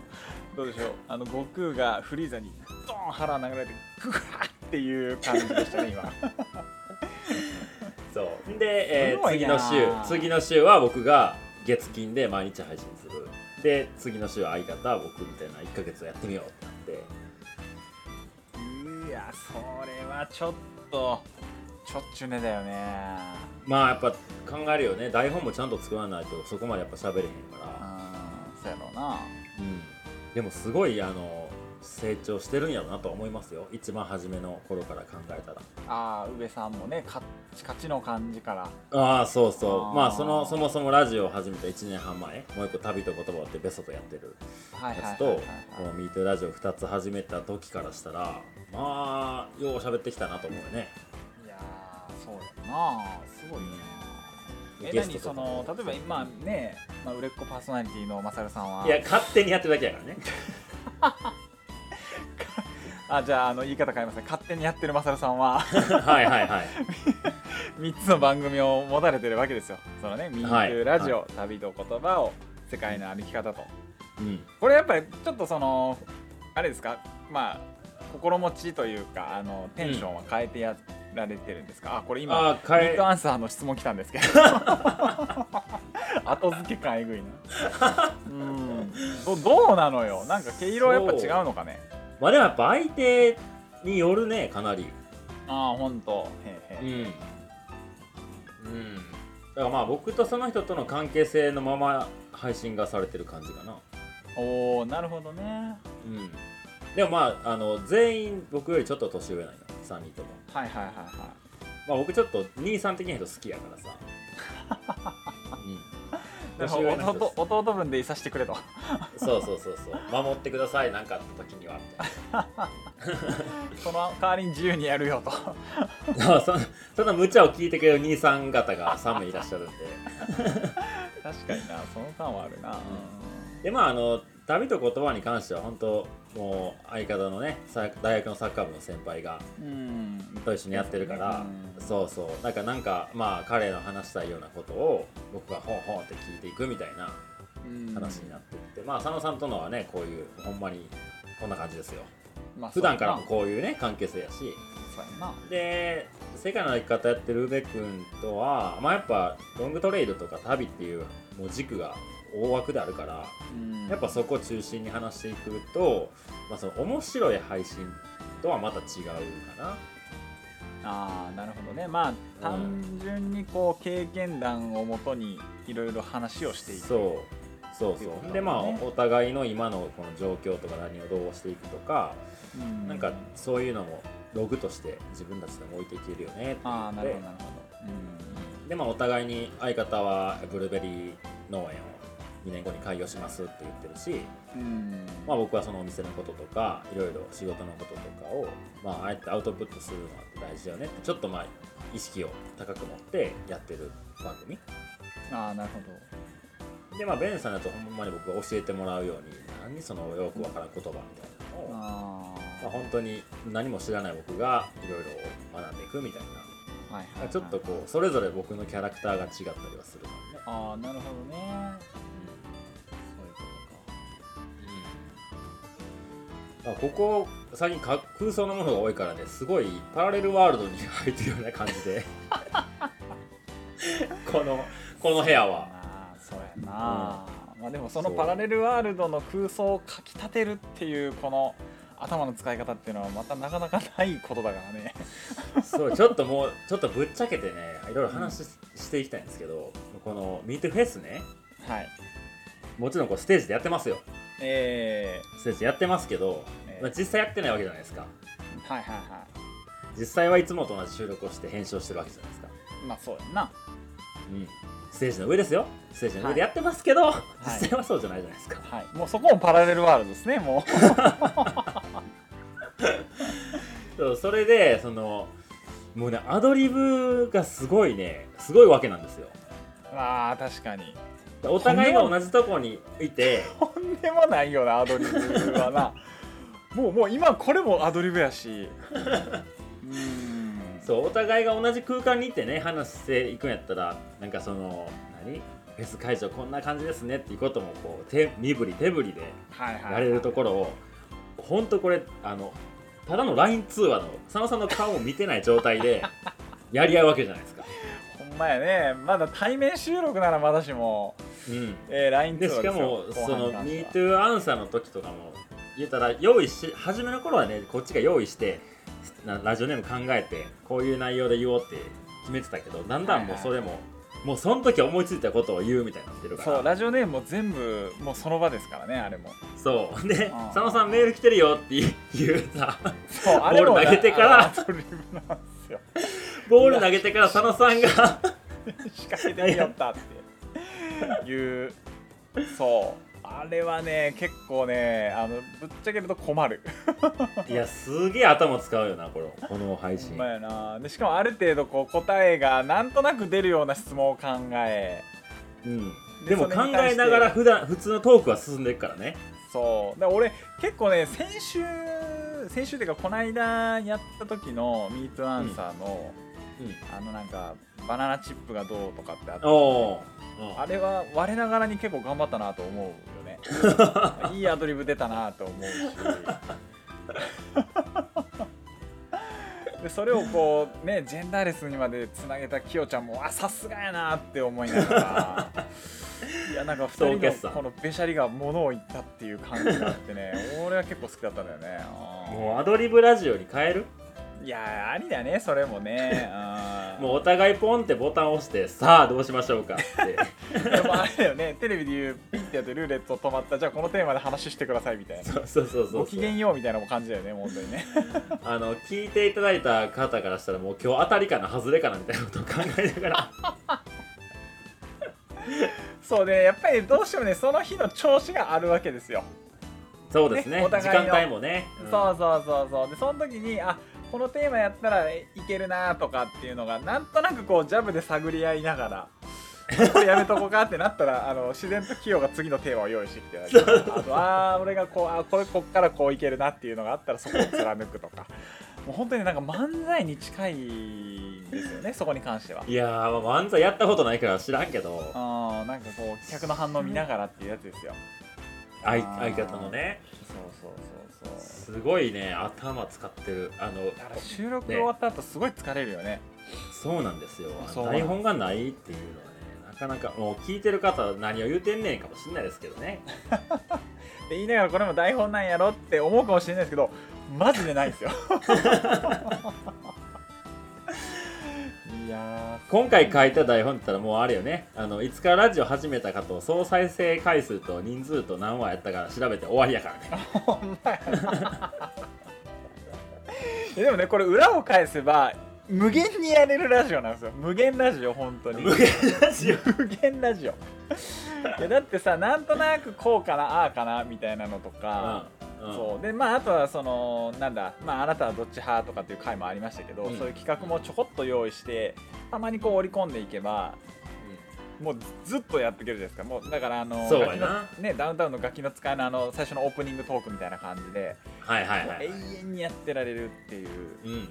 [SPEAKER 1] どうでしょうあの悟空がフリーザにドーン腹流れてグワーっていう感じでしたね今
[SPEAKER 2] そうで、えー
[SPEAKER 1] すごい
[SPEAKER 2] 次
[SPEAKER 1] な
[SPEAKER 2] の週次の週は僕が月金で毎日配信するで次の週は相方は僕みたいな1ヶ月やってみようってなっ て
[SPEAKER 1] いやそれはちょっとちょっちゅねだよね
[SPEAKER 2] まあやっぱ考えるよね台本もちゃんと作らないとそこまでやっぱ喋れへんから。
[SPEAKER 1] うんそうやろうな
[SPEAKER 2] うん、でもすごいあの成長してるんやろなと思いますよ一番初めの頃から考えたら
[SPEAKER 1] ああ上さんもねカッチカチの感じから
[SPEAKER 2] ああそうそう
[SPEAKER 1] あー
[SPEAKER 2] まあそのそもそもラジオを始めた1年半前もう一個「旅と言葉」ってベソとやってる
[SPEAKER 1] はいはい
[SPEAKER 2] や
[SPEAKER 1] はい
[SPEAKER 2] つと
[SPEAKER 1] はい
[SPEAKER 2] こ
[SPEAKER 1] は
[SPEAKER 2] の「ミートラジオ」2つ始めた時からしたらまあよう喋ってきたなと思うよね
[SPEAKER 1] いいやーそうやなすごいよなえ
[SPEAKER 2] ゲス
[SPEAKER 1] 何
[SPEAKER 2] トとか
[SPEAKER 1] そ
[SPEAKER 2] も
[SPEAKER 1] の例えば今ね、まあ、売れっ子パーソナリティのマサルさんはい
[SPEAKER 2] や勝手にやってるだけやから ね
[SPEAKER 1] あじゃああの言い方変えますね勝手にやってるマサルさんは
[SPEAKER 2] はいはいはい
[SPEAKER 1] 3つの番組を持たれてるわけですよそのね「ミ
[SPEAKER 2] は
[SPEAKER 1] ート
[SPEAKER 2] い
[SPEAKER 1] ラジオ、旅と言葉を世界の歩き方と」
[SPEAKER 2] うん
[SPEAKER 1] これやっぱりちょっとそのあれですかまあ心持ちというかあのテンションは変えてやられてるんですか、あこれ今
[SPEAKER 2] あ
[SPEAKER 1] ミ
[SPEAKER 2] ー変
[SPEAKER 1] ッ
[SPEAKER 2] え
[SPEAKER 1] ドアンサーの質問来たんです けど後付け感えぐいな うんどどうなのよなんか毛色はやっぱ違うのかね
[SPEAKER 2] まあでもやっぱ相手によるねかなり
[SPEAKER 1] ああほんとへえ
[SPEAKER 2] う
[SPEAKER 1] へえ
[SPEAKER 2] ん、うん、だからまあ僕とその人との関係性のまま配信がされてる感じかな、
[SPEAKER 1] おおなるほどね
[SPEAKER 2] うん、でもまああの全員僕よりちょっと年上なんよ3人とも、
[SPEAKER 1] はいはいはいはい
[SPEAKER 2] まあ、僕ちょっと兄さん的な人好きやからさ、 うん、
[SPEAKER 1] だか
[SPEAKER 2] 年
[SPEAKER 1] ら
[SPEAKER 2] 上の人
[SPEAKER 1] 弟弟分でいさしてくれと
[SPEAKER 2] そうそうそうそう守ってくださいなんかあった時にはみたい
[SPEAKER 1] その代わりに自由にやるよと
[SPEAKER 2] な そんなそんな無茶を聞いてくれる兄さん方が3名いらっしゃるん
[SPEAKER 1] 確
[SPEAKER 2] で
[SPEAKER 1] かになその感はあるな、
[SPEAKER 2] でまああの旅と言葉に関しては本当もう相方のねさ大学のサッカー部の先輩が
[SPEAKER 1] うん、
[SPEAKER 2] と一緒にやってるから、
[SPEAKER 1] うん
[SPEAKER 2] そうそうだからなんかまあ彼の話したいようなことを僕がほんほんって聞いていくみたいな
[SPEAKER 1] うん
[SPEAKER 2] 話になってって、まあ佐野さんとのはねこういうほんまにこんな感じですよ
[SPEAKER 1] まあ
[SPEAKER 2] 普段からも
[SPEAKER 1] そう
[SPEAKER 2] こういうね関係性やし
[SPEAKER 1] やな
[SPEAKER 2] で世界の歩き方やってる宇部君とはまあやっぱロングトレイルとか旅っていうもう軸が大枠であるから
[SPEAKER 1] うん
[SPEAKER 2] やっぱそこを中心に話していくと、まあ、その面白い配信とはまた違うかな。
[SPEAKER 1] ああなるほどねまあ単純にこう経験談をもとにいろいろ話をしていく
[SPEAKER 2] そうそう
[SPEAKER 1] っていうことだもん
[SPEAKER 2] そう
[SPEAKER 1] ね
[SPEAKER 2] でまあお互いの今のこの状況とか何をどうしていくとか、
[SPEAKER 1] うん
[SPEAKER 2] なんかそういうのもログとして自分たちでも置いていけるよねって
[SPEAKER 1] ああな
[SPEAKER 2] いう
[SPEAKER 1] るほ
[SPEAKER 2] の
[SPEAKER 1] ど
[SPEAKER 2] で
[SPEAKER 1] なるほど
[SPEAKER 2] でまあお互いに相方はブルーベリー農園を2年後に開業しますって言ってるし、
[SPEAKER 1] うん、うん
[SPEAKER 2] まあ、僕はそのお店のこととかいろいろ仕事のこととかを、まあ、ああやってアウトプットするのは大事だよねってちょっとまあ意識を高く持ってやってる番組
[SPEAKER 1] ああなるほ
[SPEAKER 2] でまあベンさんだとほんまに僕は教えてもらうように何そのよくわからん言葉みた
[SPEAKER 1] ど
[SPEAKER 2] いなのを、まあ、
[SPEAKER 1] ああ
[SPEAKER 2] 本当に何も知らない僕がいろいろ学んでいくみたいな、
[SPEAKER 1] はいはいはい
[SPEAKER 2] ちょっとこうそれぞれ僕のキャラクターが違ったりはするからね、
[SPEAKER 1] ああなるほどねそういうことか
[SPEAKER 2] まあ、ここ最近か空想のものが多いからねすごいパラレルワールドに入ってるような感じ でこのこの部屋は
[SPEAKER 1] そうやなまあでもそのパラレルワールドの空想をかきたてるっていうこの頭の使い方っていうのはまたなかなかないことだからね
[SPEAKER 2] そうちょっともうちょっとぶっちゃけてねいろいろ話し,、ていきたいんですけどこのミートフェスね
[SPEAKER 1] はい
[SPEAKER 2] もちろんこうステージでやってますよ
[SPEAKER 1] え
[SPEAKER 2] ステージやってますけど、
[SPEAKER 1] ーえー
[SPEAKER 2] まあ、実際やってないわけじゃないですか
[SPEAKER 1] はいはいは
[SPEAKER 2] 実際はいつもと同じ収録をして編集をしてるわけじゃないですか、
[SPEAKER 1] いまあそうやんな
[SPEAKER 2] うん、ステージの上ですよステージの上でやってますけど、
[SPEAKER 1] い
[SPEAKER 2] 実際はそうじゃないじゃないですか、
[SPEAKER 1] はいもうそこもパラレルワールドですねもう
[SPEAKER 2] そうそれでそのもうねアドリブがすごいねすごいわけなんですよ
[SPEAKER 1] まあ確かに
[SPEAKER 2] お互いが同じとこにいて
[SPEAKER 1] とんでもないよなアドリブはな もうもう今これもアドリブや しうーん
[SPEAKER 2] そうお互いが同じ空間にいてね話していくんやったらなんかその何フェス会場こんな感じですねっていうこともこう手身振り手振りで
[SPEAKER 1] はいはいはい
[SPEAKER 2] やれるところをほんとこれあのただの LINE 通話の佐野さんの顔を見てない状態でやり合うわけじゃないですか。
[SPEAKER 1] ほんまやねまだ対面収録ならまだしも、
[SPEAKER 2] うん
[SPEAKER 1] えー、LINE
[SPEAKER 2] で
[SPEAKER 1] 通話で
[SPEAKER 2] しか
[SPEAKER 1] すよ
[SPEAKER 2] もその
[SPEAKER 1] 後半に関しては
[SPEAKER 2] MeToo アンサーの時とかも言ったら用意し初めの頃はねこっちが用意してなラジオネーム考えてこういう内容で言おうって決めてたけどだんだんもうそれも、もうその時思いついたことを言うみたいになってるから
[SPEAKER 1] そうラジオネームも全部もうその場ですからねあ れも
[SPEAKER 2] そうで
[SPEAKER 1] あー
[SPEAKER 2] 佐野さんメール来てるよって言うさ
[SPEAKER 1] そう
[SPEAKER 2] あれもボール投げてから
[SPEAKER 1] あのアドリブなんですよ
[SPEAKER 2] ボール投げてから佐野さ んが
[SPEAKER 1] 仕掛けてみよったっていうそうあれはね結構ねあのぶっちゃけると困る
[SPEAKER 2] いやすげえ頭使うよなこのこの配信
[SPEAKER 1] ほんまやなでしかもある程度こう答えがなんとなく出るような質問を考え
[SPEAKER 2] うん
[SPEAKER 1] で
[SPEAKER 2] でも
[SPEAKER 1] それ
[SPEAKER 2] 考
[SPEAKER 1] に対
[SPEAKER 2] え
[SPEAKER 1] して
[SPEAKER 2] ながら普段普通のトークは進んでいくからね
[SPEAKER 1] そうだから俺結構ね先週先週っていうかこの間やった時の「ミートアンサーの、あのなんかバナナチップがどうとかってあった
[SPEAKER 2] おおー
[SPEAKER 1] あれは我ながらに結構頑張ったなと思うよねいいアドリブ出たなと思うしでそれをこうねジェンダーレスにまでつなげたきよちゃんもあさすがやなって思いながらいやなんか
[SPEAKER 2] 総
[SPEAKER 1] 2
[SPEAKER 2] 決
[SPEAKER 1] 人のこ
[SPEAKER 2] 算
[SPEAKER 1] のべしゃりがものを言ったっていう感じがあってね俺は結構好きだったんだよねあー
[SPEAKER 2] もうアドリブラジオに変える
[SPEAKER 1] いやありだねそれもねうん
[SPEAKER 2] もうお互いポンってボタンを押してさあどうしましょうかって
[SPEAKER 1] でもあれだよねテレビで言うピッてやってルーレット止まったじゃあこのテーマで話してくださいみたいな
[SPEAKER 2] そうそうそうそう
[SPEAKER 1] ご機嫌ようみたいなもん感じだよね本当にね
[SPEAKER 2] あの聞いていただいた方からしたらもう今日当たりかな外れかなみたいなことを考えなが ら
[SPEAKER 1] そうでやっぱりどうしてもねその日の調子があるわけですよ、
[SPEAKER 2] そうですね
[SPEAKER 1] ねお
[SPEAKER 2] 時
[SPEAKER 1] 互いの
[SPEAKER 2] 間帯もね、ん
[SPEAKER 1] そうそうそうそうでその時にあこのテーマやったらえいけるなとかっていうのがなんとなくこうジャブで探り合いながらこれやめとこうかってなったらあの自然とキヨが次のテーマを用意してき てあとあー俺がこうあこれこっからこういけるなっていうのがあったらそこを貫くとかもう本当になんか漫才に近いんですよねそこに関してはい
[SPEAKER 2] やーまあ漫才やったことないから知らんけど
[SPEAKER 1] あーなんかこう客の反応見ながらっていうやつですよ
[SPEAKER 2] 相相方のね
[SPEAKER 1] そうそうそうそう
[SPEAKER 2] すごいね頭使ってるあの
[SPEAKER 1] だから収録終わった後すごい疲れるよね
[SPEAKER 2] そうなんですよあの
[SPEAKER 1] そう
[SPEAKER 2] 台本がないっていうのはねなかなかもう聞いてる方は何を言うてんねんかもしれないですけどね
[SPEAKER 1] で言いながらこれも台本なんやろって思うかもしれないですけどマジでないんですよいや
[SPEAKER 2] 今回書いた台本って言ったらもうあれよねあのいつからラジオ始めたかと総再生回数と人数と何話やったか調べて終わりやからね
[SPEAKER 1] ーほんまやないやでもねこれ裏を返せば無限にやれるラジオなんですよ無限ラジオ本当に
[SPEAKER 2] 無限ラジオ
[SPEAKER 1] 無限ラジオいやだってさなんとなくこうかなああかなみたいなのとか、
[SPEAKER 2] うんうん
[SPEAKER 1] そうでまああとはそのなんだ、まあ、あなたはどっち派とかっていう回もありましたけど、
[SPEAKER 2] うん
[SPEAKER 1] そういう企画もちょこっと用意してたまにこう織り込んでいけばもうずっとやっていけるじゃないですかもうだからあの
[SPEAKER 2] そうやな
[SPEAKER 1] ガキのね、ダウンタウンのガキの使いのあの最初のオープニングトークみたいな感じで、
[SPEAKER 2] はいはいはい、
[SPEAKER 1] もう永遠にやってられるっていう
[SPEAKER 2] うんうんうん
[SPEAKER 1] 感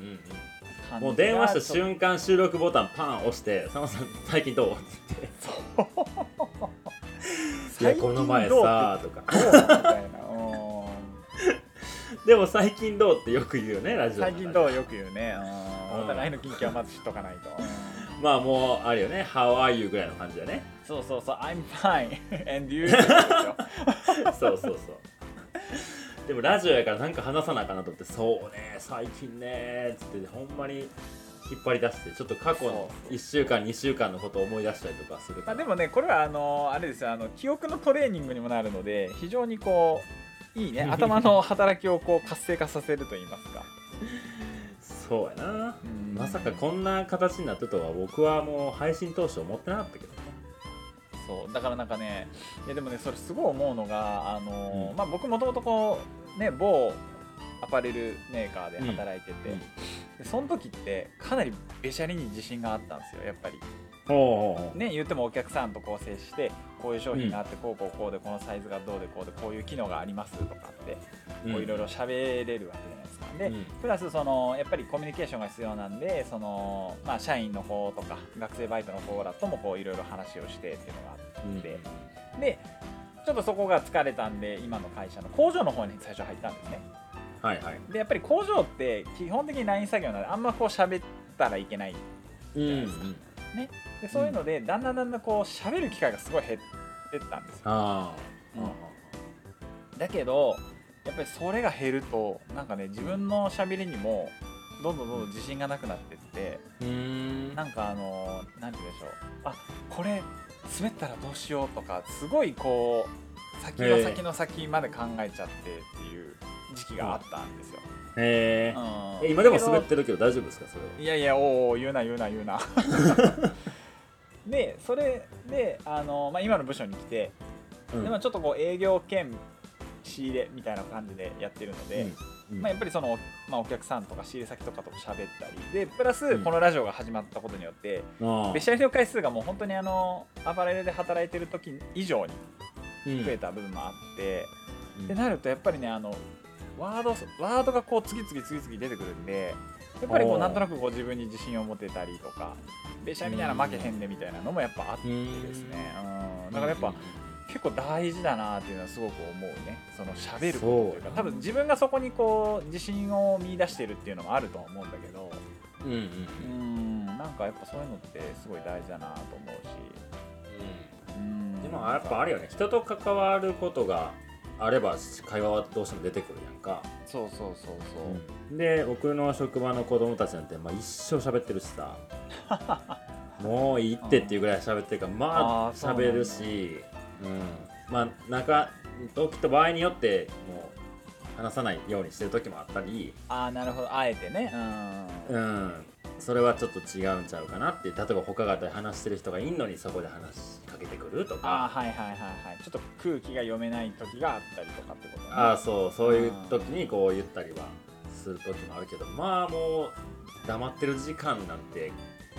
[SPEAKER 1] じが
[SPEAKER 2] もう電話した
[SPEAKER 1] ちょっ
[SPEAKER 2] 瞬間収録ボタンパン押して「佐野さん最近どう?」って
[SPEAKER 1] と
[SPEAKER 2] 言って「いやこの前さ」とか
[SPEAKER 1] 最近どう ってどうみたいなうん
[SPEAKER 2] 「でも最近どう?」ってよく言うよねラジオの中
[SPEAKER 1] 最
[SPEAKER 2] で
[SPEAKER 1] 近どうよく言うね、うん
[SPEAKER 2] うん
[SPEAKER 1] お互いの近況はまず知っとかないと、
[SPEAKER 2] まあもうあれよね「How are you?」ぐらいの感じだね
[SPEAKER 1] そう そうそう I'm fine and you ですよ
[SPEAKER 2] そうそうそうでもラジオやからなんか話さなあかんなと思ってそうね最近ねつってほんまに引っ張り出してちょっと過去の1週間2週間のことを思い出したりとかする
[SPEAKER 1] ま
[SPEAKER 2] か
[SPEAKER 1] あ、
[SPEAKER 2] ら
[SPEAKER 1] でもねこれはあのあれですよあの記憶のトレーニングにもなるので非常にこういいね 頭の働きをこう活性化させると言いますか
[SPEAKER 2] そうやな
[SPEAKER 1] うん
[SPEAKER 2] まさかこんな形になってとは僕はもう配信当初思ってなかったけどね
[SPEAKER 1] そうだからなんかねいやでもねそれすごい思うのがあの、
[SPEAKER 2] うん
[SPEAKER 1] まあ、僕もともとこうね某アパレルメーカーで働いてて、
[SPEAKER 2] うんうん
[SPEAKER 1] でその時ってかなりべしゃりに自信があったんですよやっぱり
[SPEAKER 2] おうおうおう
[SPEAKER 1] ね言ってもお客さんとこう接してこういう商品があってこうこうこうでこのサイズがどうでこうでこういう機能がありますとかってこういろいろ喋れるわけじゃないですか。で、
[SPEAKER 2] うん
[SPEAKER 1] プラスそのやっぱりコミュニケーションが必要なんでその、まあ、社員の子とか学生バイトの子らともこういろいろ話をしてっていうのがあって
[SPEAKER 2] う
[SPEAKER 1] で
[SPEAKER 2] ん
[SPEAKER 1] でちょっとそこが疲れたんで今の会社の工場の方に最初入ったんですね
[SPEAKER 2] はいはい
[SPEAKER 1] でやっぱり工場って基本的にライン作業なんであんまこう喋ったらいけない
[SPEAKER 2] うん
[SPEAKER 1] うんうんでそういうのでだんだんだんだんこう喋る機会がすごい減ってったんですよ
[SPEAKER 2] ああ、
[SPEAKER 1] うんだけどやっぱりそれが減るとなんかね自分の喋りにもどんどんどんどん自信がなくなってって
[SPEAKER 2] うーん
[SPEAKER 1] なんかあの何て言うんでしょうあこれ滑ったらどうしようとかすごいこう先の先の先まで考えちゃってっていう時期があったんですよ。
[SPEAKER 2] へー
[SPEAKER 1] うん
[SPEAKER 2] え今でも
[SPEAKER 1] だけど
[SPEAKER 2] 滑ってるけど大丈夫ですかそれはい
[SPEAKER 1] やいやおうおう言うな言うな言う な。でそれであの、まあ、今の部署に来て、
[SPEAKER 2] うん
[SPEAKER 1] でもちょっとこう営業兼仕入れみたいな感じでやってるので。
[SPEAKER 2] うん
[SPEAKER 1] まあ、やっぱりその、まあ、お客さんとか仕入れ先とかと喋ったりでプラス
[SPEAKER 2] うん
[SPEAKER 1] このラジオが始まったことによって、
[SPEAKER 2] ああ
[SPEAKER 1] ベシャリの回数がもう本当にあのアパレルで働いてる時以上に
[SPEAKER 2] うん
[SPEAKER 1] 増えた部分もあって、
[SPEAKER 2] うん
[SPEAKER 1] でなるとやっぱりねあのワードワードがこう次々次々出てくるんでやっぱりこ
[SPEAKER 2] お
[SPEAKER 1] う
[SPEAKER 2] ー
[SPEAKER 1] なんとなくこう自分に自信を持てたりとかベシャリなら負けへんでみたいなのもやっぱあってですね、うんだからやっぱ、結構大事だなっていうのはすごく思うねその喋ることというか
[SPEAKER 2] そう
[SPEAKER 1] 多分自分がそこにこう自信を見出してるっていうのもあるとは思うんだけど
[SPEAKER 2] うんうんうん
[SPEAKER 1] うんなんかやっぱそういうのってすごい大事だなと思うしうん
[SPEAKER 2] でもやっぱあれよね人と関わることがあれば会話はどうしても出てくるやんか、
[SPEAKER 1] そうそうそうそう、
[SPEAKER 2] で僕の職場の子供たちなんて、まあ、一生喋ってるし さもういいってっていうぐらい喋ってるからま
[SPEAKER 1] あ
[SPEAKER 2] あ
[SPEAKER 1] ーそうなんだ
[SPEAKER 2] 喋るしうん、まあ中時と場合によってもう話さないようにしてる時もあったり、
[SPEAKER 1] ああなるほどあえてねうん
[SPEAKER 2] うん、それはちょっと違うんちゃうかなって例えば他方で話してる人がいんのにそこで話しかけてくると
[SPEAKER 1] ああ
[SPEAKER 2] か
[SPEAKER 1] はいはいはいはいちょっと空気が読めない時があったりとかってことね
[SPEAKER 2] ああそうそういう時にこう言ったりはする時もあるけどまあもう黙ってる時間なんて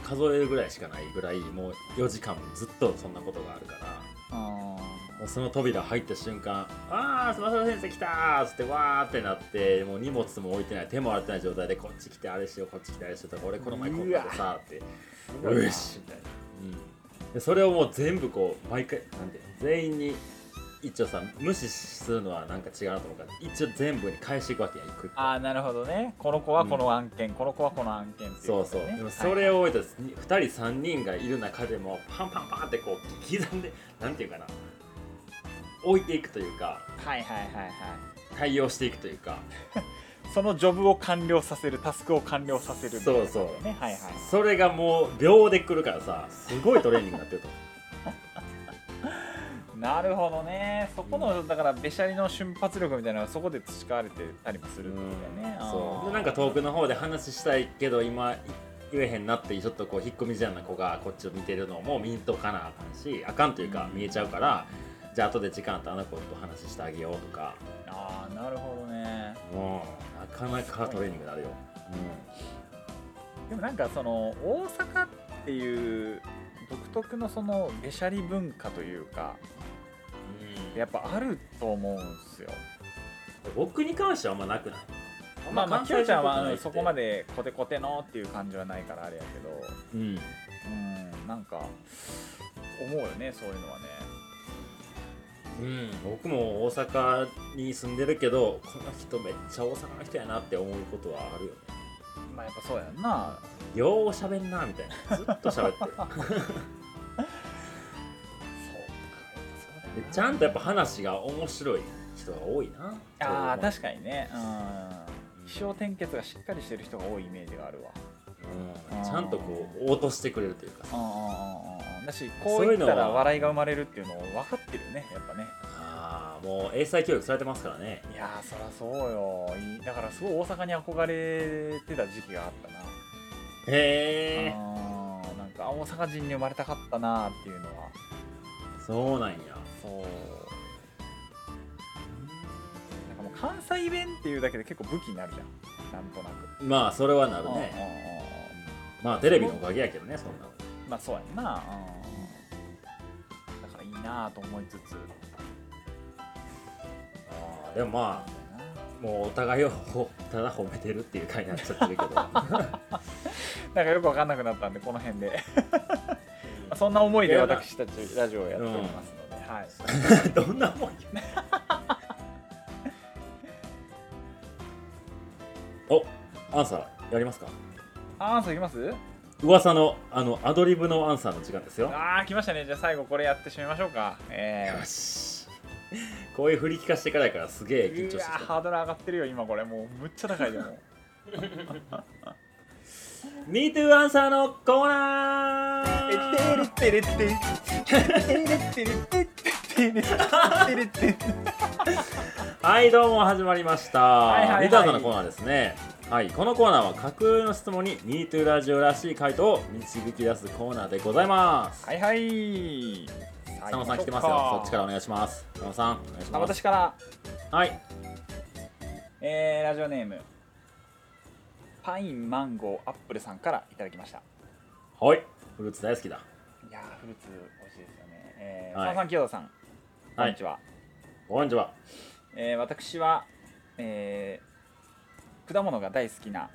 [SPEAKER 2] 数えるぐらいしかないぐらいもう4時間ずっとそんなことがあるから
[SPEAKER 1] うん
[SPEAKER 2] もうその扉入った瞬間「ああ翼先生来た!」っつってわーってなってもう荷物も置いてない手も洗ってない状態でこっち来てあれしようこっち来てあれしようとか俺この前こんなでさって
[SPEAKER 1] すごいな
[SPEAKER 2] よしみたいな、うん、でそれをもう全部こう毎回なんていうの全員に一応さ無視するのはなんか違うなと思うから一応全部に返していくわけや一個一個
[SPEAKER 1] ああなるほどねこの子はこの案件、この子はこの案件ってい
[SPEAKER 2] そう
[SPEAKER 1] こと
[SPEAKER 2] そう、
[SPEAKER 1] ね
[SPEAKER 2] でもそれを覚えたら2人3人がいる中でもパンパンパンってこう刻んでなんていうかな置いていくというか
[SPEAKER 1] はいはいはいはいはい
[SPEAKER 2] 対応していくというか
[SPEAKER 1] そのジョブを完了させるタスクを完了させるみたいな
[SPEAKER 2] そ
[SPEAKER 1] こ
[SPEAKER 2] う
[SPEAKER 1] と
[SPEAKER 2] そう
[SPEAKER 1] だよ、ねはいはい
[SPEAKER 2] それがもう秒で来るからさすごいトレーニングになってると思う
[SPEAKER 1] なるほどねそこの、だからべしゃりの瞬発力みたいなのがそこで培われてたりもするんだよね、あー
[SPEAKER 2] そうでなんか遠くの方で話したいけど今い言えへんなってちょっとこう引っ込みじゃんな子がこっちを見てるのも見んとかなあかんしあかんというか
[SPEAKER 1] うん
[SPEAKER 2] 見えちゃうから、じゃあ後で時間あったらあの子と話してあげようとか
[SPEAKER 1] あーなるほどね
[SPEAKER 2] もうなかなかトレーニングになるよ、
[SPEAKER 1] でもなんかその大阪っていう独特のそのべしゃり文化というか
[SPEAKER 2] うん
[SPEAKER 1] やっぱあると思うんですよ
[SPEAKER 2] 僕に関してはあんまなくない
[SPEAKER 1] まあまあきよちゃんはあのそこま
[SPEAKER 2] で、
[SPEAKER 1] でコテコテのっていう感じはないからあれやけど
[SPEAKER 2] うん、
[SPEAKER 1] うんなんか思うよねそういうのはね
[SPEAKER 2] うん、僕も大阪に住んでるけどこの人めっちゃ大阪の人やなって思うことはあるよね
[SPEAKER 1] まあやっぱそうやんな
[SPEAKER 2] よう喋んなみたいなずっと喋って
[SPEAKER 1] そうかやっぱ
[SPEAKER 2] る
[SPEAKER 1] そうだよ
[SPEAKER 2] で
[SPEAKER 1] な
[SPEAKER 2] ちゃんとやっぱ話が面白い人が多いな
[SPEAKER 1] ああ
[SPEAKER 2] そう
[SPEAKER 1] 確かにねうん気象転結がしっかりしてる人が多いイメージがあるわ
[SPEAKER 2] うんちゃんとこう落としてくれるというか
[SPEAKER 1] う
[SPEAKER 2] さ
[SPEAKER 1] んうんうんうんうんだしこ
[SPEAKER 2] そううい
[SPEAKER 1] 言
[SPEAKER 2] うの
[SPEAKER 1] っ
[SPEAKER 2] は
[SPEAKER 1] たら笑いが生まれるっていうのを分かってるよねやっぱね
[SPEAKER 2] ああもう英才教育されてますからね
[SPEAKER 1] いやーそりゃそうよいだからすごい大阪に憧れてた時期があったな
[SPEAKER 2] へえ
[SPEAKER 1] あーなんかあ大阪人に生まれたかったなーっていうのは
[SPEAKER 2] そうなんや
[SPEAKER 1] そうなんかもう関西弁っていうだけで結構武器になるじゃんなんとなく
[SPEAKER 2] まあそれはなるね
[SPEAKER 1] ね
[SPEAKER 2] まあテレビのおかげやけどねそんなの
[SPEAKER 1] まあそうやんなうんだからいいなぁと思いつつ
[SPEAKER 2] あーでもまあもうお互いをほただ褒めてるっていう回になっちゃってるけど
[SPEAKER 1] なんかよくわかんなくなったんでこの辺でまあそんな思いで私たちラジオをやっておりますので、はい
[SPEAKER 2] どんなもん よおアンサーやりますか
[SPEAKER 1] あーそういきます
[SPEAKER 2] 噂のあのアドリブのアンサーの時間ですよ
[SPEAKER 1] あー来ましたねじゃあ最後これやってしまいましょうかえー
[SPEAKER 2] よしこういう振り聞かしてからやからすげえ緊
[SPEAKER 1] う
[SPEAKER 2] 張してき
[SPEAKER 1] わーハ
[SPEAKER 2] た
[SPEAKER 1] ードル上がってるよ今これもうむっちゃ高いでもう
[SPEAKER 2] 「MeToo アンサー」のコーナ
[SPEAKER 1] えて
[SPEAKER 2] ー
[SPEAKER 1] れてれててれてれててれてれてれ
[SPEAKER 2] はいどうも始まりました
[SPEAKER 1] いはいはい
[SPEAKER 2] リターンさんのコーナーですねはいこのコーナーは架空の質問に「MeToo ラジオ」らしい回答を導き出すコーナーでございます
[SPEAKER 1] はいはい
[SPEAKER 2] 佐野さん来てますよそっちからお願いします佐野さんお願いし
[SPEAKER 1] あ
[SPEAKER 2] ます
[SPEAKER 1] 私から
[SPEAKER 2] はい
[SPEAKER 1] えーラジオネームパインマンゴーアップルさんからいただきました
[SPEAKER 2] はいフルーツ大好きだ
[SPEAKER 1] いやーフルーツ美味しいですよね、えー
[SPEAKER 2] はい
[SPEAKER 1] 佐野さん清田さんこんにちは、
[SPEAKER 2] こんにちは
[SPEAKER 1] えー私は、えー果物が大好きな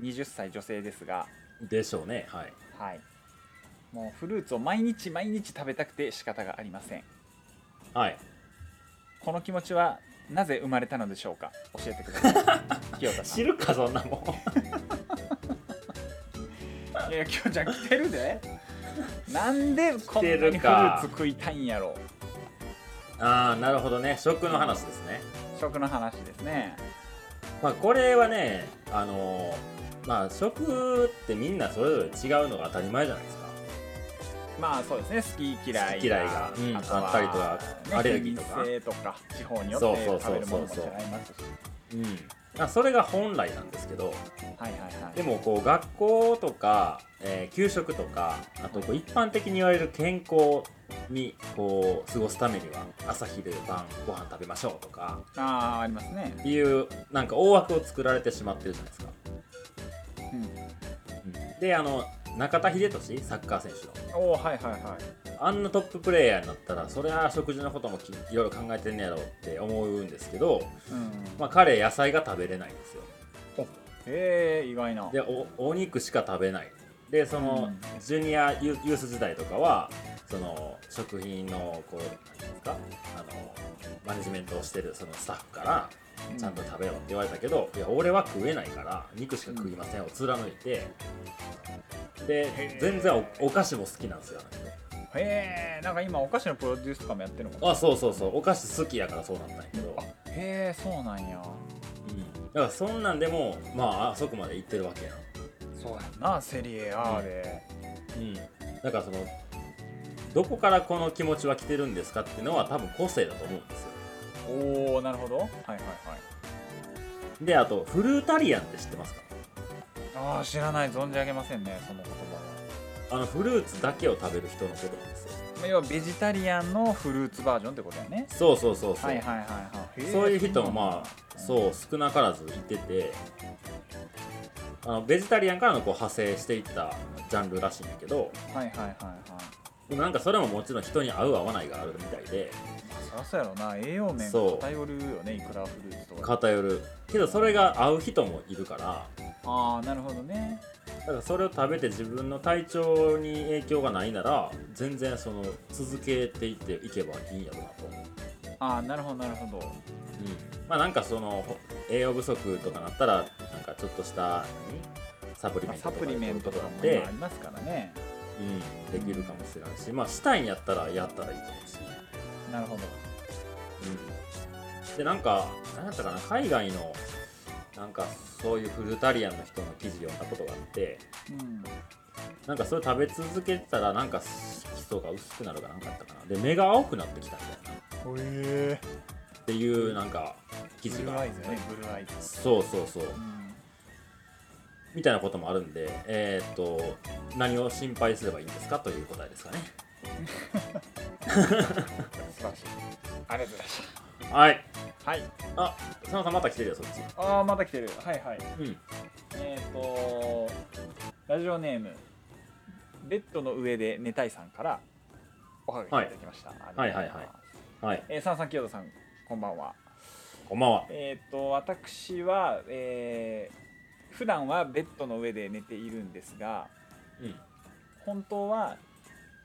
[SPEAKER 1] 20歳女性ですが
[SPEAKER 2] でしょうねはい
[SPEAKER 1] はいもうフルーツを毎日毎日食べたくて仕方がありません
[SPEAKER 2] はい
[SPEAKER 1] この気持ちはなぜ生まれたのでしょうか教えてください清田さん
[SPEAKER 2] 知るかそんなもん
[SPEAKER 1] いやいや清ちゃん来てる でなんでこんなにフ
[SPEAKER 2] 来て
[SPEAKER 1] ル
[SPEAKER 2] る
[SPEAKER 1] ー
[SPEAKER 2] か
[SPEAKER 1] ツ食いたいんやろ
[SPEAKER 2] ああなるほどね食の話ですね
[SPEAKER 1] 食の話ですね
[SPEAKER 2] まあこれはねあのーまあ食ってみんなそれぞれ違うのが当たり前じゃないですか
[SPEAKER 1] まあそうですね好き嫌い
[SPEAKER 2] 好き嫌いがうんあったりとかアレルギーとか
[SPEAKER 1] 国民性とか地方によって
[SPEAKER 2] そうそうそうそう
[SPEAKER 1] 食べるものも違いますし
[SPEAKER 2] うんまあそれが本来なんですけど
[SPEAKER 1] はいはいはい
[SPEAKER 2] でもこう学校とか、えー給食とかあとこう一般的に言われる健康にこう過ごすためには朝昼晩ご飯食べましょうとか
[SPEAKER 1] ああありますね
[SPEAKER 2] っていうなんか大枠を作られてしまってるじゃないですか、
[SPEAKER 1] うん
[SPEAKER 2] であの中田英寿サッカー選手の
[SPEAKER 1] おおはいはいはい
[SPEAKER 2] あんなトッププレイヤーになったらそりゃ食事のこともきいろいろ考えてんねやろうって思うんですけど、
[SPEAKER 1] うん
[SPEAKER 2] まあ、彼野菜が食べれないんですよ
[SPEAKER 1] へえ意外な
[SPEAKER 2] でおお肉しか食べないでその、
[SPEAKER 1] うん
[SPEAKER 2] ジュニアユユース時代とかはその食品のこうなんていうんですかあのマネジメントをしてるそのスタッフからちゃんと食べようって言われたけど、いや俺は食えないから肉しか食いませんを貫いて、で
[SPEAKER 1] ー
[SPEAKER 2] 全然おお菓子も好きなんですよ、ね、
[SPEAKER 1] へえんか今お菓子のプロデュースとかもやってるのかな
[SPEAKER 2] あそうそうそうお菓子好きやからそうなんだけど、
[SPEAKER 1] あへえそうなんや
[SPEAKER 2] だからそんなんでもまああそこまで行ってるわけやん、
[SPEAKER 1] そうやんなセリエ A で
[SPEAKER 2] だからそのどこからこの気持ちは来てるんですかっていうのは多分個性だと思うんですよ
[SPEAKER 1] おおなるほどはいはいはい
[SPEAKER 2] であとフルータリアンって知ってますか
[SPEAKER 1] ああ知らない存じ上げませんねその言葉は
[SPEAKER 2] あのフルーツだけを食べる人のことなんですよ
[SPEAKER 1] まあ要はベジタリアンのフルーツバージョンってことだよね
[SPEAKER 2] そうそうそうそう、
[SPEAKER 1] はいはいはいはいへえ
[SPEAKER 2] そういう人もまあ
[SPEAKER 1] そうなんだ
[SPEAKER 2] そう少なからずいててあのベジタリアンからのこう派生していったジャンルらしいんだけど
[SPEAKER 1] はいはいはいはい
[SPEAKER 2] でもなんかそれももちろん人に合う合わないがあるみたいで
[SPEAKER 1] まあそりゃそうやろうな栄養面
[SPEAKER 2] そう
[SPEAKER 1] 偏るよねいくらフルーツとか
[SPEAKER 2] 偏るけどそれが合う人もいるから
[SPEAKER 1] ああなるほどね
[SPEAKER 2] だからそれを食べて自分の体調に影響がないなら全然その続けていっていけばいいんやろうなと思う、
[SPEAKER 1] ああなるほどなるほど
[SPEAKER 2] まあなんかそのほ栄養不足とかなったらなんかちょっとした何サプリ
[SPEAKER 1] まあ
[SPEAKER 2] メント
[SPEAKER 1] サ
[SPEAKER 2] と
[SPEAKER 1] プ
[SPEAKER 2] か
[SPEAKER 1] リメントとかも
[SPEAKER 2] で
[SPEAKER 1] 今ありますからね
[SPEAKER 2] うん、できるかもしれないしまあしたいんやったらやったらいいと思うし、
[SPEAKER 1] なるほど
[SPEAKER 2] でなんか何だったかな海外のなんかそういうフルタリアンの人の記事読んだことがあって
[SPEAKER 1] うん
[SPEAKER 2] なんかそれ食べ続けてたらなんか基礎が薄くなるかなんかあったかなで目が青くなってきたみたいなっ
[SPEAKER 1] ほえ
[SPEAKER 2] ていうなんか記事
[SPEAKER 1] ブルー
[SPEAKER 2] が
[SPEAKER 1] アイズねブルーアイズ
[SPEAKER 2] そうそうそう
[SPEAKER 1] うん
[SPEAKER 2] みたいなこともあるんでえーっと何を心配すればいいんですかという答えですかね
[SPEAKER 1] 素晴らしいありがとうございまし
[SPEAKER 2] はい
[SPEAKER 1] たはい
[SPEAKER 2] あ佐野さんまた来てるよそっち
[SPEAKER 1] ああまた来てるはいはい
[SPEAKER 2] うん
[SPEAKER 1] えっ、とラジオネームベッドの上で寝たいさんからおはがきいただきました、
[SPEAKER 2] い
[SPEAKER 1] ありがとうござます
[SPEAKER 2] はいはいはい
[SPEAKER 1] えー、さんさん清田さんこんばんは
[SPEAKER 2] こんばんは
[SPEAKER 1] えっ、と私は、えー、普段はベッドの上で寝ているんですが
[SPEAKER 2] うん
[SPEAKER 1] 本当は、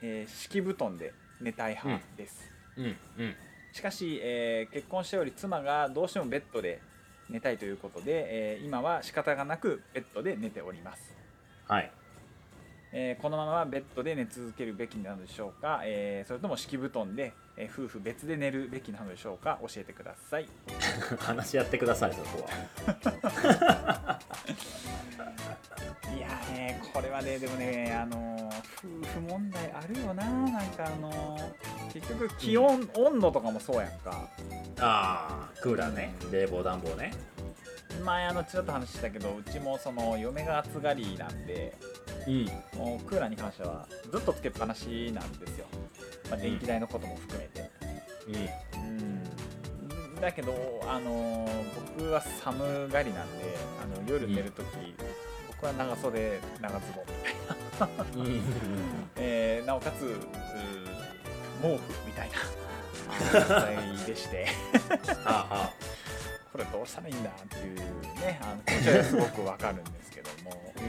[SPEAKER 1] えー敷布団で寝たい派です、
[SPEAKER 2] うんうん
[SPEAKER 1] しかし、えー結婚しており妻がどうしてもベッドで寝たいということで、えー今は仕方がなくベッドで寝ております
[SPEAKER 2] はい
[SPEAKER 1] えーこのままベッドで寝続けるべきなのでしょうか、えーそれとも敷布団で、えー夫婦別で寝るべきなのでしょうか教えてください
[SPEAKER 2] 話し合ってくださいそこはい
[SPEAKER 1] やーねこれはねでもねあのー夫婦問題あるよななんかあのー結局気温、温度とかもそうやんか
[SPEAKER 2] ああクーラーね冷房暖房ね
[SPEAKER 1] 前あのちらっと話したけどうちもその嫁が暑がりなんで
[SPEAKER 2] うん
[SPEAKER 1] もうクーラーに関してはずっとつけっぱなしなんですよ、まあ、電気代のことも含めて、
[SPEAKER 2] うん
[SPEAKER 1] うんだけど、あのー僕は寒がりなんであの夜寝るとき、僕は長袖長ズボン、
[SPEAKER 2] うん
[SPEAKER 1] えーなおかつうー毛布みたいな状態でして
[SPEAKER 2] あ
[SPEAKER 1] これどうしたらいいんだっていうねあの気持ちはすごくわかるんですけども
[SPEAKER 2] あう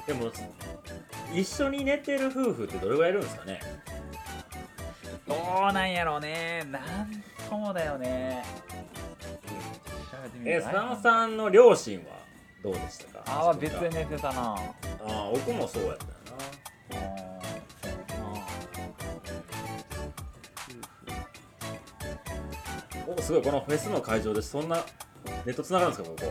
[SPEAKER 2] んでも一緒に寝てる夫婦ってどれぐらいいるんですかね
[SPEAKER 1] どうなんやろうねなんともだよね調べてみ
[SPEAKER 2] え
[SPEAKER 1] る
[SPEAKER 2] スナオさんの両親はどうでしたか
[SPEAKER 1] ああ別に寝てたな
[SPEAKER 2] ああ僕もそうやったよな
[SPEAKER 1] うんそうやな
[SPEAKER 2] おすごいこのフェスの会場でそんなネットつながるんですか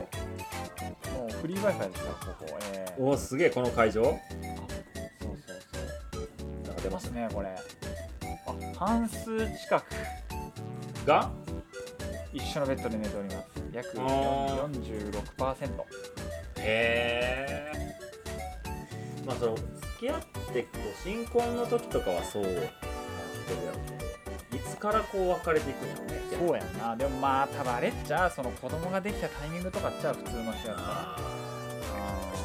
[SPEAKER 2] こ
[SPEAKER 1] もうフリー Wi-Fi ですよ、ここ。えー
[SPEAKER 2] こおすげえこの会場
[SPEAKER 1] そうそうそう。
[SPEAKER 2] なんか出
[SPEAKER 1] 出ま
[SPEAKER 2] ますすね
[SPEAKER 1] ね、これ。あ、半数近く
[SPEAKER 2] が
[SPEAKER 1] 一緒のベッドで寝ております。約
[SPEAKER 2] あー
[SPEAKER 1] 46%。
[SPEAKER 2] へえまあその付き合ってこう新婚の時とかはそうなんだけどいつからこう別れていくんやろうね
[SPEAKER 1] そうやんな。でもまあ、ただあれっちゃ、その子供ができたタイミングとかっちゃ普通の人やったら。
[SPEAKER 2] あー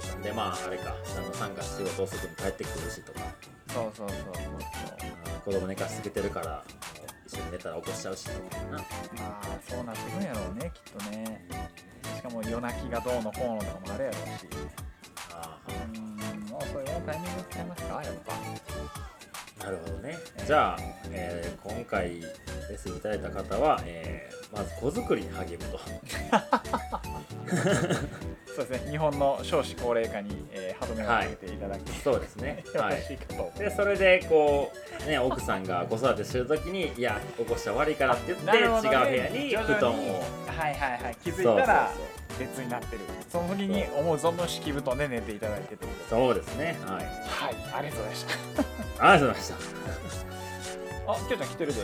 [SPEAKER 2] そうかでまああれか旦那さんが仕事遅くに帰ってくるしとか
[SPEAKER 1] そうそうそうそうそう。
[SPEAKER 2] うん子供寝かしつけてるからもう一緒に寝たら起こしちゃうしとかな
[SPEAKER 1] まあ、そうなってくんやろうね、きっとね。しかも夜泣きがどうのこうのとかもあるやろうし。
[SPEAKER 2] あ
[SPEAKER 1] うーん、もうそういうタイミング使いますか、やっぱ。
[SPEAKER 2] ーなるほどねじゃあ、えー今回レッスンいただいた方は、えーまず子作りに励むと
[SPEAKER 1] そうですね、日本の少子高齢化に、えー歯止めをかけていただき、
[SPEAKER 2] そうですね は
[SPEAKER 1] よろ
[SPEAKER 2] い
[SPEAKER 1] しいかと思い
[SPEAKER 2] でそれでこう、ね、奥さんが子育てしてる時に「いや起こしたら悪いから」って言って、
[SPEAKER 1] なるほどね
[SPEAKER 2] 違う部屋に布団を
[SPEAKER 1] はいはいはい気づい
[SPEAKER 2] そうそう
[SPEAKER 1] たら別になってるその時に思う存分敷布団で寝ていただいてってこと
[SPEAKER 2] そうそうですねはい
[SPEAKER 1] はいありがとうございました
[SPEAKER 2] ありがとうございました
[SPEAKER 1] あきょうちゃん来てるで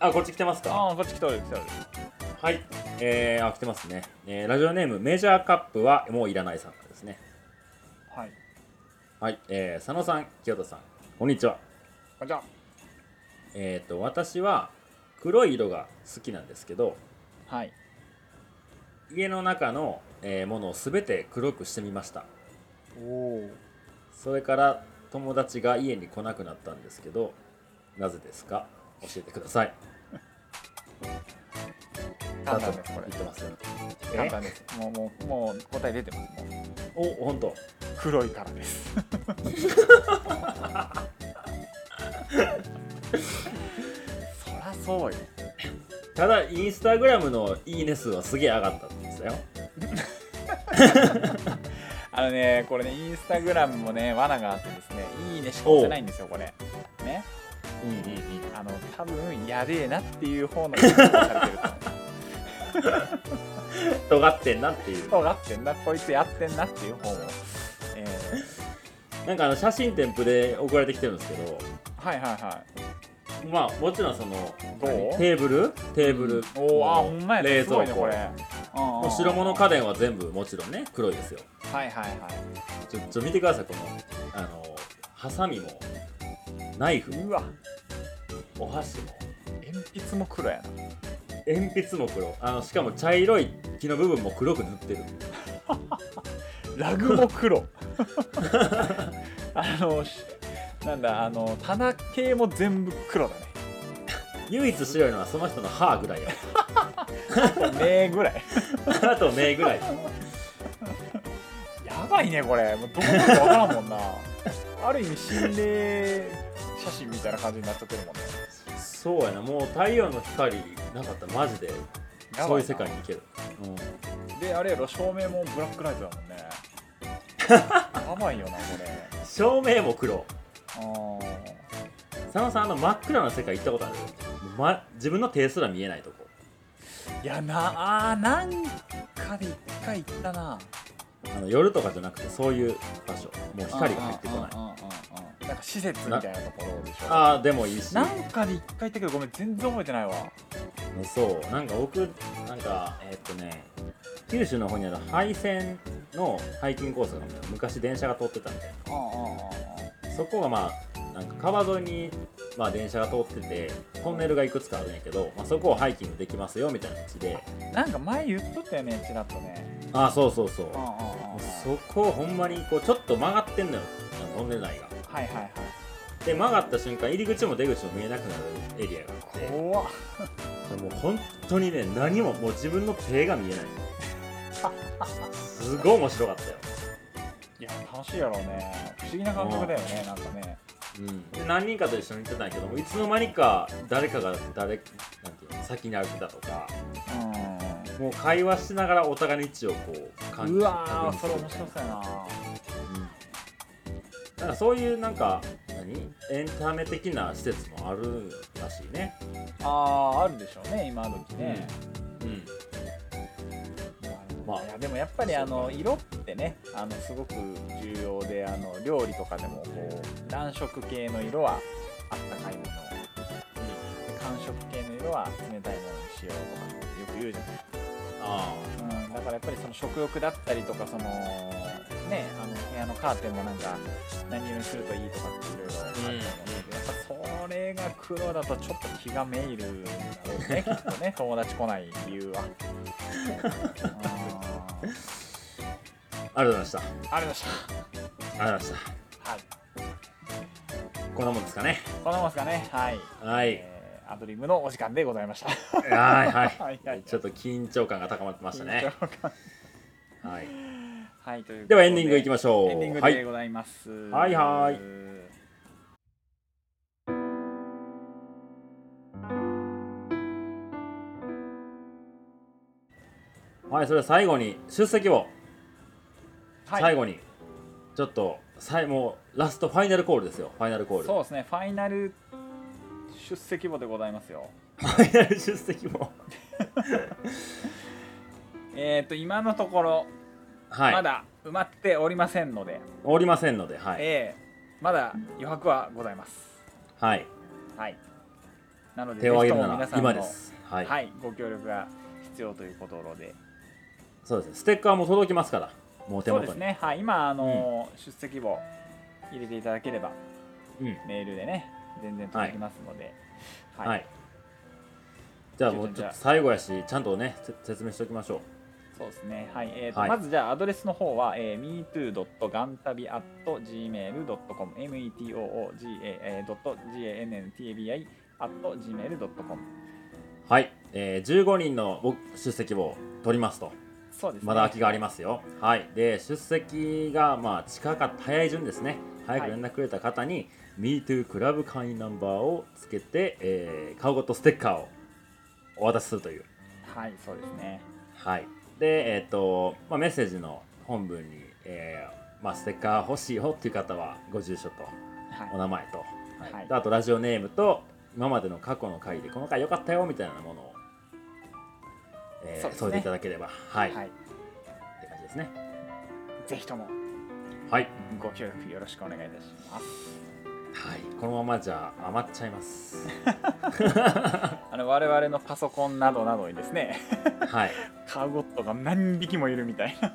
[SPEAKER 2] あこっち来てますか
[SPEAKER 1] ああこっち来てる来てる
[SPEAKER 2] はいえー、あ来てますね、えーラジオネームメジャーカップはもういらないさんからですね
[SPEAKER 1] はい
[SPEAKER 2] はい、えー、佐野さん清田さんこんにちは
[SPEAKER 1] あじゃ
[SPEAKER 2] えっ、と私は黒い色が好きなんですけど
[SPEAKER 1] あはい
[SPEAKER 2] 家の中の、えーものを全て黒くしてみました
[SPEAKER 1] おお
[SPEAKER 2] それから友達が家に来なくなったんですけどなぜですか教えてください
[SPEAKER 1] 簡単ですこ
[SPEAKER 2] 言ってますよ
[SPEAKER 1] れ簡単ですもうもうもう答え出てますもう
[SPEAKER 2] お本当
[SPEAKER 1] 黒いからですそらそうよ
[SPEAKER 2] ただインスタグラムのいいね数はすげえ上がったんですよ
[SPEAKER 1] あのね、これね、インスタグラムもね、罠があってですね、いいねしか押せないんですよ、これ。ね。
[SPEAKER 2] うんうんうん
[SPEAKER 1] あの多分やべえなっていう方の意見がされてると思う
[SPEAKER 2] 尖ってんなっていう
[SPEAKER 1] そうなってんなこいつやってんなっていう方も、え
[SPEAKER 2] なんかあの写真添付で送られてきてるんですけど
[SPEAKER 1] ー、はいはいはい
[SPEAKER 2] まあもちろんその
[SPEAKER 1] どう
[SPEAKER 2] テーブルテーブル、
[SPEAKER 1] おおあほんまやね
[SPEAKER 2] 冷
[SPEAKER 1] すご
[SPEAKER 2] 蔵
[SPEAKER 1] いね
[SPEAKER 2] 庫、
[SPEAKER 1] これうんうん
[SPEAKER 2] 白物家電は全部もちろんね黒いですよ
[SPEAKER 1] はいはいは
[SPEAKER 2] ちょちょ見てくださいこのあのハサミもナイフ
[SPEAKER 1] い
[SPEAKER 2] も
[SPEAKER 1] うわ
[SPEAKER 2] お箸も
[SPEAKER 1] 鉛筆も黒やな
[SPEAKER 2] 鉛筆も黒あのしかも茶色い木の部分も黒く塗ってる
[SPEAKER 1] ラグも黒 あのしなんだあの棚系も全部黒だね
[SPEAKER 2] 唯一白いのはその人の歯ぐら いよ
[SPEAKER 1] 目ぐらい
[SPEAKER 2] あと目ぐらい
[SPEAKER 1] やばいねこれもうどうなるかわからんもんなある意味心霊写真みたいな感じになっちゃってるもんね
[SPEAKER 2] そうやなもう太陽の光なかったらマジで
[SPEAKER 1] やばな
[SPEAKER 2] そういう世界に行ける、うん
[SPEAKER 1] であれやろ照明もブラックライトだもんね やばいよなこれ
[SPEAKER 2] 照明も黒
[SPEAKER 1] あー
[SPEAKER 2] 佐野さんあの真っ暗な世界行ったことある、ま、自分の手すら見えないとこ
[SPEAKER 1] いやなあーなんかで一回行ったな
[SPEAKER 2] あの夜とかじゃなくてそういう場所もう光が入ってこない
[SPEAKER 1] うんうんうんうんなんか施設みたいなところでしょ
[SPEAKER 2] ああでもいいし
[SPEAKER 1] なんかで一回行ったけどごめん全然覚えてないわ
[SPEAKER 2] そうなんか僕なんかえーっとね九州の方にある廃線のハイキングコースがあるのよ昔電車が通ってたんで
[SPEAKER 1] うんうんうんうん
[SPEAKER 2] そこがまあなんか川沿いに、まあ、電車が通っててトンネルがいくつかあるんやけど、まあ、そこをハイキングできますよみたいな感じで
[SPEAKER 1] なんか前言っとったよねちらっとね
[SPEAKER 2] ああそうそうそう
[SPEAKER 1] うんうんうんうん
[SPEAKER 2] そこほんまにこうちょっと曲がってんのよトンネル内が
[SPEAKER 1] はいはいはい
[SPEAKER 2] で曲がった瞬間入り口も出口も見えなくなるエリアがあって
[SPEAKER 1] 怖っ
[SPEAKER 2] もう本当にね何ももう自分の手が見えないすごい面白かったよ、
[SPEAKER 1] いや楽しいやろうね不思議な感覚だよねなんかね
[SPEAKER 2] うん、で何人かと一緒に行ってたんやけどもいつの間にか誰かが誰なんていうの先に歩いてたとかもう会話しながらお互いの位置をこう
[SPEAKER 1] う
[SPEAKER 2] 感
[SPEAKER 1] ん
[SPEAKER 2] じ
[SPEAKER 1] うわーそれ
[SPEAKER 2] 確認
[SPEAKER 1] 面
[SPEAKER 2] す
[SPEAKER 1] 白
[SPEAKER 2] る
[SPEAKER 1] そうやな
[SPEAKER 2] うんなんかそういうなんか何エンタメ的な施設もあるらしいね
[SPEAKER 1] あーあるでしょうね今時ね、
[SPEAKER 2] うん
[SPEAKER 1] ま
[SPEAKER 2] ま
[SPEAKER 1] あ、
[SPEAKER 2] あ
[SPEAKER 1] いやでもやっぱり
[SPEAKER 2] そう
[SPEAKER 1] あの色ってねあのすごく重要であの料理とかでもこう暖色系の色はあったかいもので寒色系の色は冷たいものにしようとかよく言うじゃない
[SPEAKER 2] あ
[SPEAKER 1] うん、だからやっぱりその食欲だったりとかそのねあの部屋のカーテンもなんか何色にするといいとかっていろいろあると思うんですけど、やっぱそれが黒だとちょっと気がめいるんだろうねきっと ね友達来ない理由は。うん
[SPEAKER 2] あありがとうございましたあ
[SPEAKER 1] ありまし。
[SPEAKER 2] りがとうございました
[SPEAKER 1] はい。
[SPEAKER 2] たこんなもんですかね
[SPEAKER 1] こんなもんですかね。はい。
[SPEAKER 2] はい
[SPEAKER 1] えーアドリブのお時間でございました。
[SPEAKER 2] はい は
[SPEAKER 1] はいはいはい
[SPEAKER 2] いちょっと緊張感が高まってましたね
[SPEAKER 1] 緊張感
[SPEAKER 2] はい
[SPEAKER 1] はい。ということ
[SPEAKER 2] ではエンディングいきましょう
[SPEAKER 1] エンディング
[SPEAKER 2] は
[SPEAKER 1] で
[SPEAKER 2] い
[SPEAKER 1] ございます。
[SPEAKER 2] はいはいはいそれでは最後に出席を
[SPEAKER 1] はい。
[SPEAKER 2] 最後にちょっと最もうラストファイナルコールですよファイナルコール
[SPEAKER 1] そ
[SPEAKER 2] フ
[SPEAKER 1] うですね、ファイナル出席簿でございますよ。
[SPEAKER 2] ァイナル出席も
[SPEAKER 1] えっ、ー、と、今のところ、
[SPEAKER 2] はい
[SPEAKER 1] まだ埋まっておりませんので、
[SPEAKER 2] おりませんのではい
[SPEAKER 1] えーまだ余白はございます。
[SPEAKER 2] はい
[SPEAKER 1] はい。なので、
[SPEAKER 2] 手を挙げ
[SPEAKER 1] ぜ
[SPEAKER 2] る
[SPEAKER 1] ひとも
[SPEAKER 2] な
[SPEAKER 1] 皆
[SPEAKER 2] ら
[SPEAKER 1] さんの
[SPEAKER 2] 今ですは
[SPEAKER 1] はいい、ご協力が必要ということで、
[SPEAKER 2] そうですねステッカーも届きますからもう手
[SPEAKER 1] そう
[SPEAKER 2] 元に
[SPEAKER 1] ですね、はい、今、あのー出席簿入れていただければ、
[SPEAKER 2] うん
[SPEAKER 1] メールでね、全然届きますので、はい。
[SPEAKER 2] はい。じゃあもうちょっと最後やし、ちゃんとね、せ説明しておきましょ
[SPEAKER 1] そうですね、はいえーと
[SPEAKER 2] はい
[SPEAKER 1] まずじゃあアドレスの方は、えー、metoo.gantabi.gmail.com metoo.gantabi.gmail.com
[SPEAKER 2] う。はい。えー、15人の僕出席を取りますと。
[SPEAKER 1] そうですね
[SPEAKER 2] まだ空きがありますよ。はい。で、出席がまあ近かった、早い順ですね。早く連絡くれた方に、MeToo クラブ会員ナンバーをつけて、えー、顔ごとステッカーをお渡しするという。
[SPEAKER 1] はいそうですね
[SPEAKER 2] はい。で、えっ、と、まあ、メッセージの本文に、えーまあ、ステッカー欲しいよっていう方は、ご住所と
[SPEAKER 1] はい
[SPEAKER 2] お名前と、はい
[SPEAKER 1] はい
[SPEAKER 2] であとラジオネームと今までの過去の回でこの回良かったよみたいなものを、えー
[SPEAKER 1] そうですね
[SPEAKER 2] 添えていただければはい、
[SPEAKER 1] はい、
[SPEAKER 2] って感じですね
[SPEAKER 1] ぜひとも
[SPEAKER 2] はい、
[SPEAKER 1] ご協力よろしくお願いいたします。
[SPEAKER 2] はい、このままじゃ余っちゃいます
[SPEAKER 1] あの我々のパソコンなどなどにです ね、
[SPEAKER 2] はい
[SPEAKER 1] カウゴットが何匹もいるみたいな。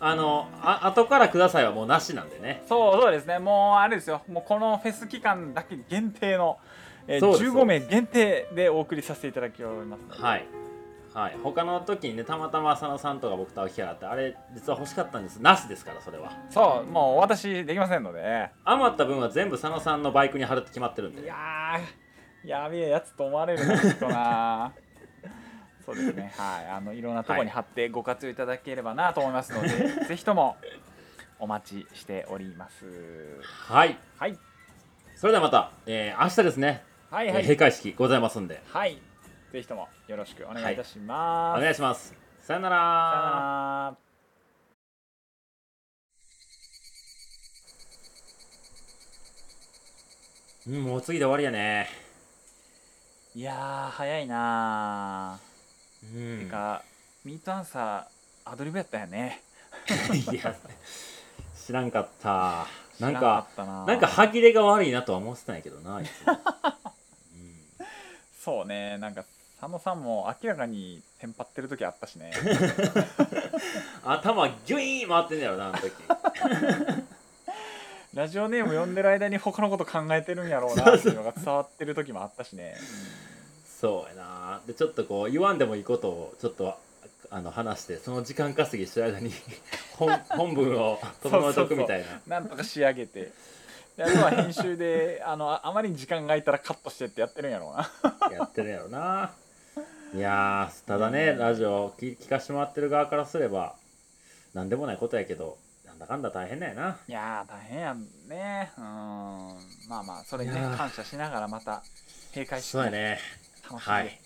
[SPEAKER 2] あのあ後からくださいはもうなしなんでね
[SPEAKER 1] そうそうですね、もうあれですよ、もうこのフェス期間だけ限定の、えー
[SPEAKER 2] そうです
[SPEAKER 1] 15名限定でお送りさせていただきますので。
[SPEAKER 2] はいはい他の時にねたまたま浅野さんとか僕と秋葉原ってあれ実は欲しかったんですなしですからそれは
[SPEAKER 1] そう、もう私できませんので。
[SPEAKER 2] 余った分は全部佐野さんのバイクに貼るって決まってるんで
[SPEAKER 1] い
[SPEAKER 2] ね
[SPEAKER 1] やー、やべえやつと思われるな、きっと な。そうですね、はい、あのいろんなところに貼ってご活用いただければなと思いますので、ぜひともお待ちしております。
[SPEAKER 2] はい
[SPEAKER 1] はい、
[SPEAKER 2] それではまた、えー明日ですね、
[SPEAKER 1] はい、
[SPEAKER 2] えー
[SPEAKER 1] はい、
[SPEAKER 2] 閉会式ございますんで
[SPEAKER 1] はい、ぜひともよろしくお願いいたしま
[SPEAKER 2] お
[SPEAKER 1] す。
[SPEAKER 2] 願いしますさよ
[SPEAKER 1] さよ
[SPEAKER 2] なら
[SPEAKER 1] なら
[SPEAKER 2] うんもう次で終わりやね
[SPEAKER 1] いやー、早いな
[SPEAKER 2] う
[SPEAKER 1] ー。て
[SPEAKER 2] ん
[SPEAKER 1] か、ミートアンサー、アドリブやったよね。
[SPEAKER 2] いや知らんかったなん
[SPEAKER 1] 知ら
[SPEAKER 2] か
[SPEAKER 1] ったな
[SPEAKER 2] なんか歯切れが悪いなとは思ってたんやけどないつもうん
[SPEAKER 1] そうね、なんか、佐野さんも明らかにテンパってる時あったしね。
[SPEAKER 2] 頭ギュイーン回ってんねやろなあ の時
[SPEAKER 1] ラジオネーム読んでる間に他のこと考えてるんやろうなっていうのが伝わってる時もあったしね
[SPEAKER 2] そうやなでちょっとこう言わんでもいいことをちょっとあの話してその時間稼ぎしてる間に 本本文を整えとくみたいな
[SPEAKER 1] なんとか仕上げてであとは編集であのああまりに時間が空いたらカットしてってやってるんやろうな
[SPEAKER 2] やってるやろな。いやー、ただね、
[SPEAKER 1] うん
[SPEAKER 2] ラジオ聞聞かしてもらってる側からすれば、なんでもないことやけど、なんだかんだ大変だよな。
[SPEAKER 1] いやー大変やんねうんまあまあそれにね
[SPEAKER 2] いやー
[SPEAKER 1] 感謝しながらまた閉会式
[SPEAKER 2] そうやね。
[SPEAKER 1] 楽しんで、
[SPEAKER 2] はい。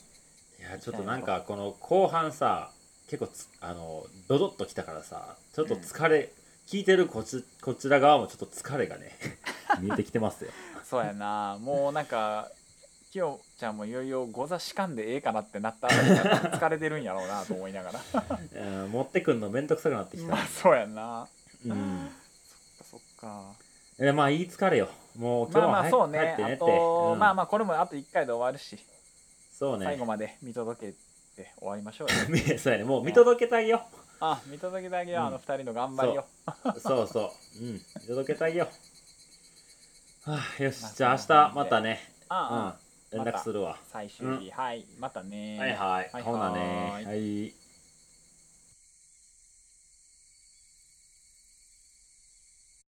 [SPEAKER 2] いや、ちょっとなんか、この後半さ、結構つ、あの、ドドッときたからさ、ちょっと疲れ、聞いてるこちこちら側もちょっと疲れがね、 見えてきてますよ。
[SPEAKER 1] そうやなもうなんかきよちゃんもいよいよご座しかんでええかなってなったあたりから疲れてるんやろうなと思いなが ら
[SPEAKER 2] うん持ってくんのめんどくさくなってきた
[SPEAKER 1] まあ。そうやな
[SPEAKER 2] うん。
[SPEAKER 1] そっか
[SPEAKER 2] えまあ、いい疲れよ。もう今
[SPEAKER 1] まあ
[SPEAKER 2] 日は
[SPEAKER 1] まあ
[SPEAKER 2] 早
[SPEAKER 1] そう
[SPEAKER 2] く帰
[SPEAKER 1] ね
[SPEAKER 2] ってね
[SPEAKER 1] あ
[SPEAKER 2] って。
[SPEAKER 1] と、
[SPEAKER 2] うん
[SPEAKER 1] まあまあこれもあと1回で終わるし、
[SPEAKER 2] そう
[SPEAKER 1] 最
[SPEAKER 2] ね
[SPEAKER 1] 後。まで見届けて終わりましょうよ
[SPEAKER 2] そうやね。もう見届けたいよ。
[SPEAKER 1] あ見届けてあげよう、
[SPEAKER 2] うん
[SPEAKER 1] あの2人の頑張りを
[SPEAKER 2] そうそう。うん。届けた いよ。はあ、よし
[SPEAKER 1] まあ。
[SPEAKER 2] じゃあ
[SPEAKER 1] そんな
[SPEAKER 2] 明日
[SPEAKER 1] 感
[SPEAKER 2] ま
[SPEAKER 1] じで
[SPEAKER 2] たね。う
[SPEAKER 1] あ
[SPEAKER 2] ん
[SPEAKER 1] あ、。
[SPEAKER 2] 連絡するわ。
[SPEAKER 1] 最終日、はいまたね
[SPEAKER 2] はいはい。ほなね。
[SPEAKER 1] はい
[SPEAKER 2] はい。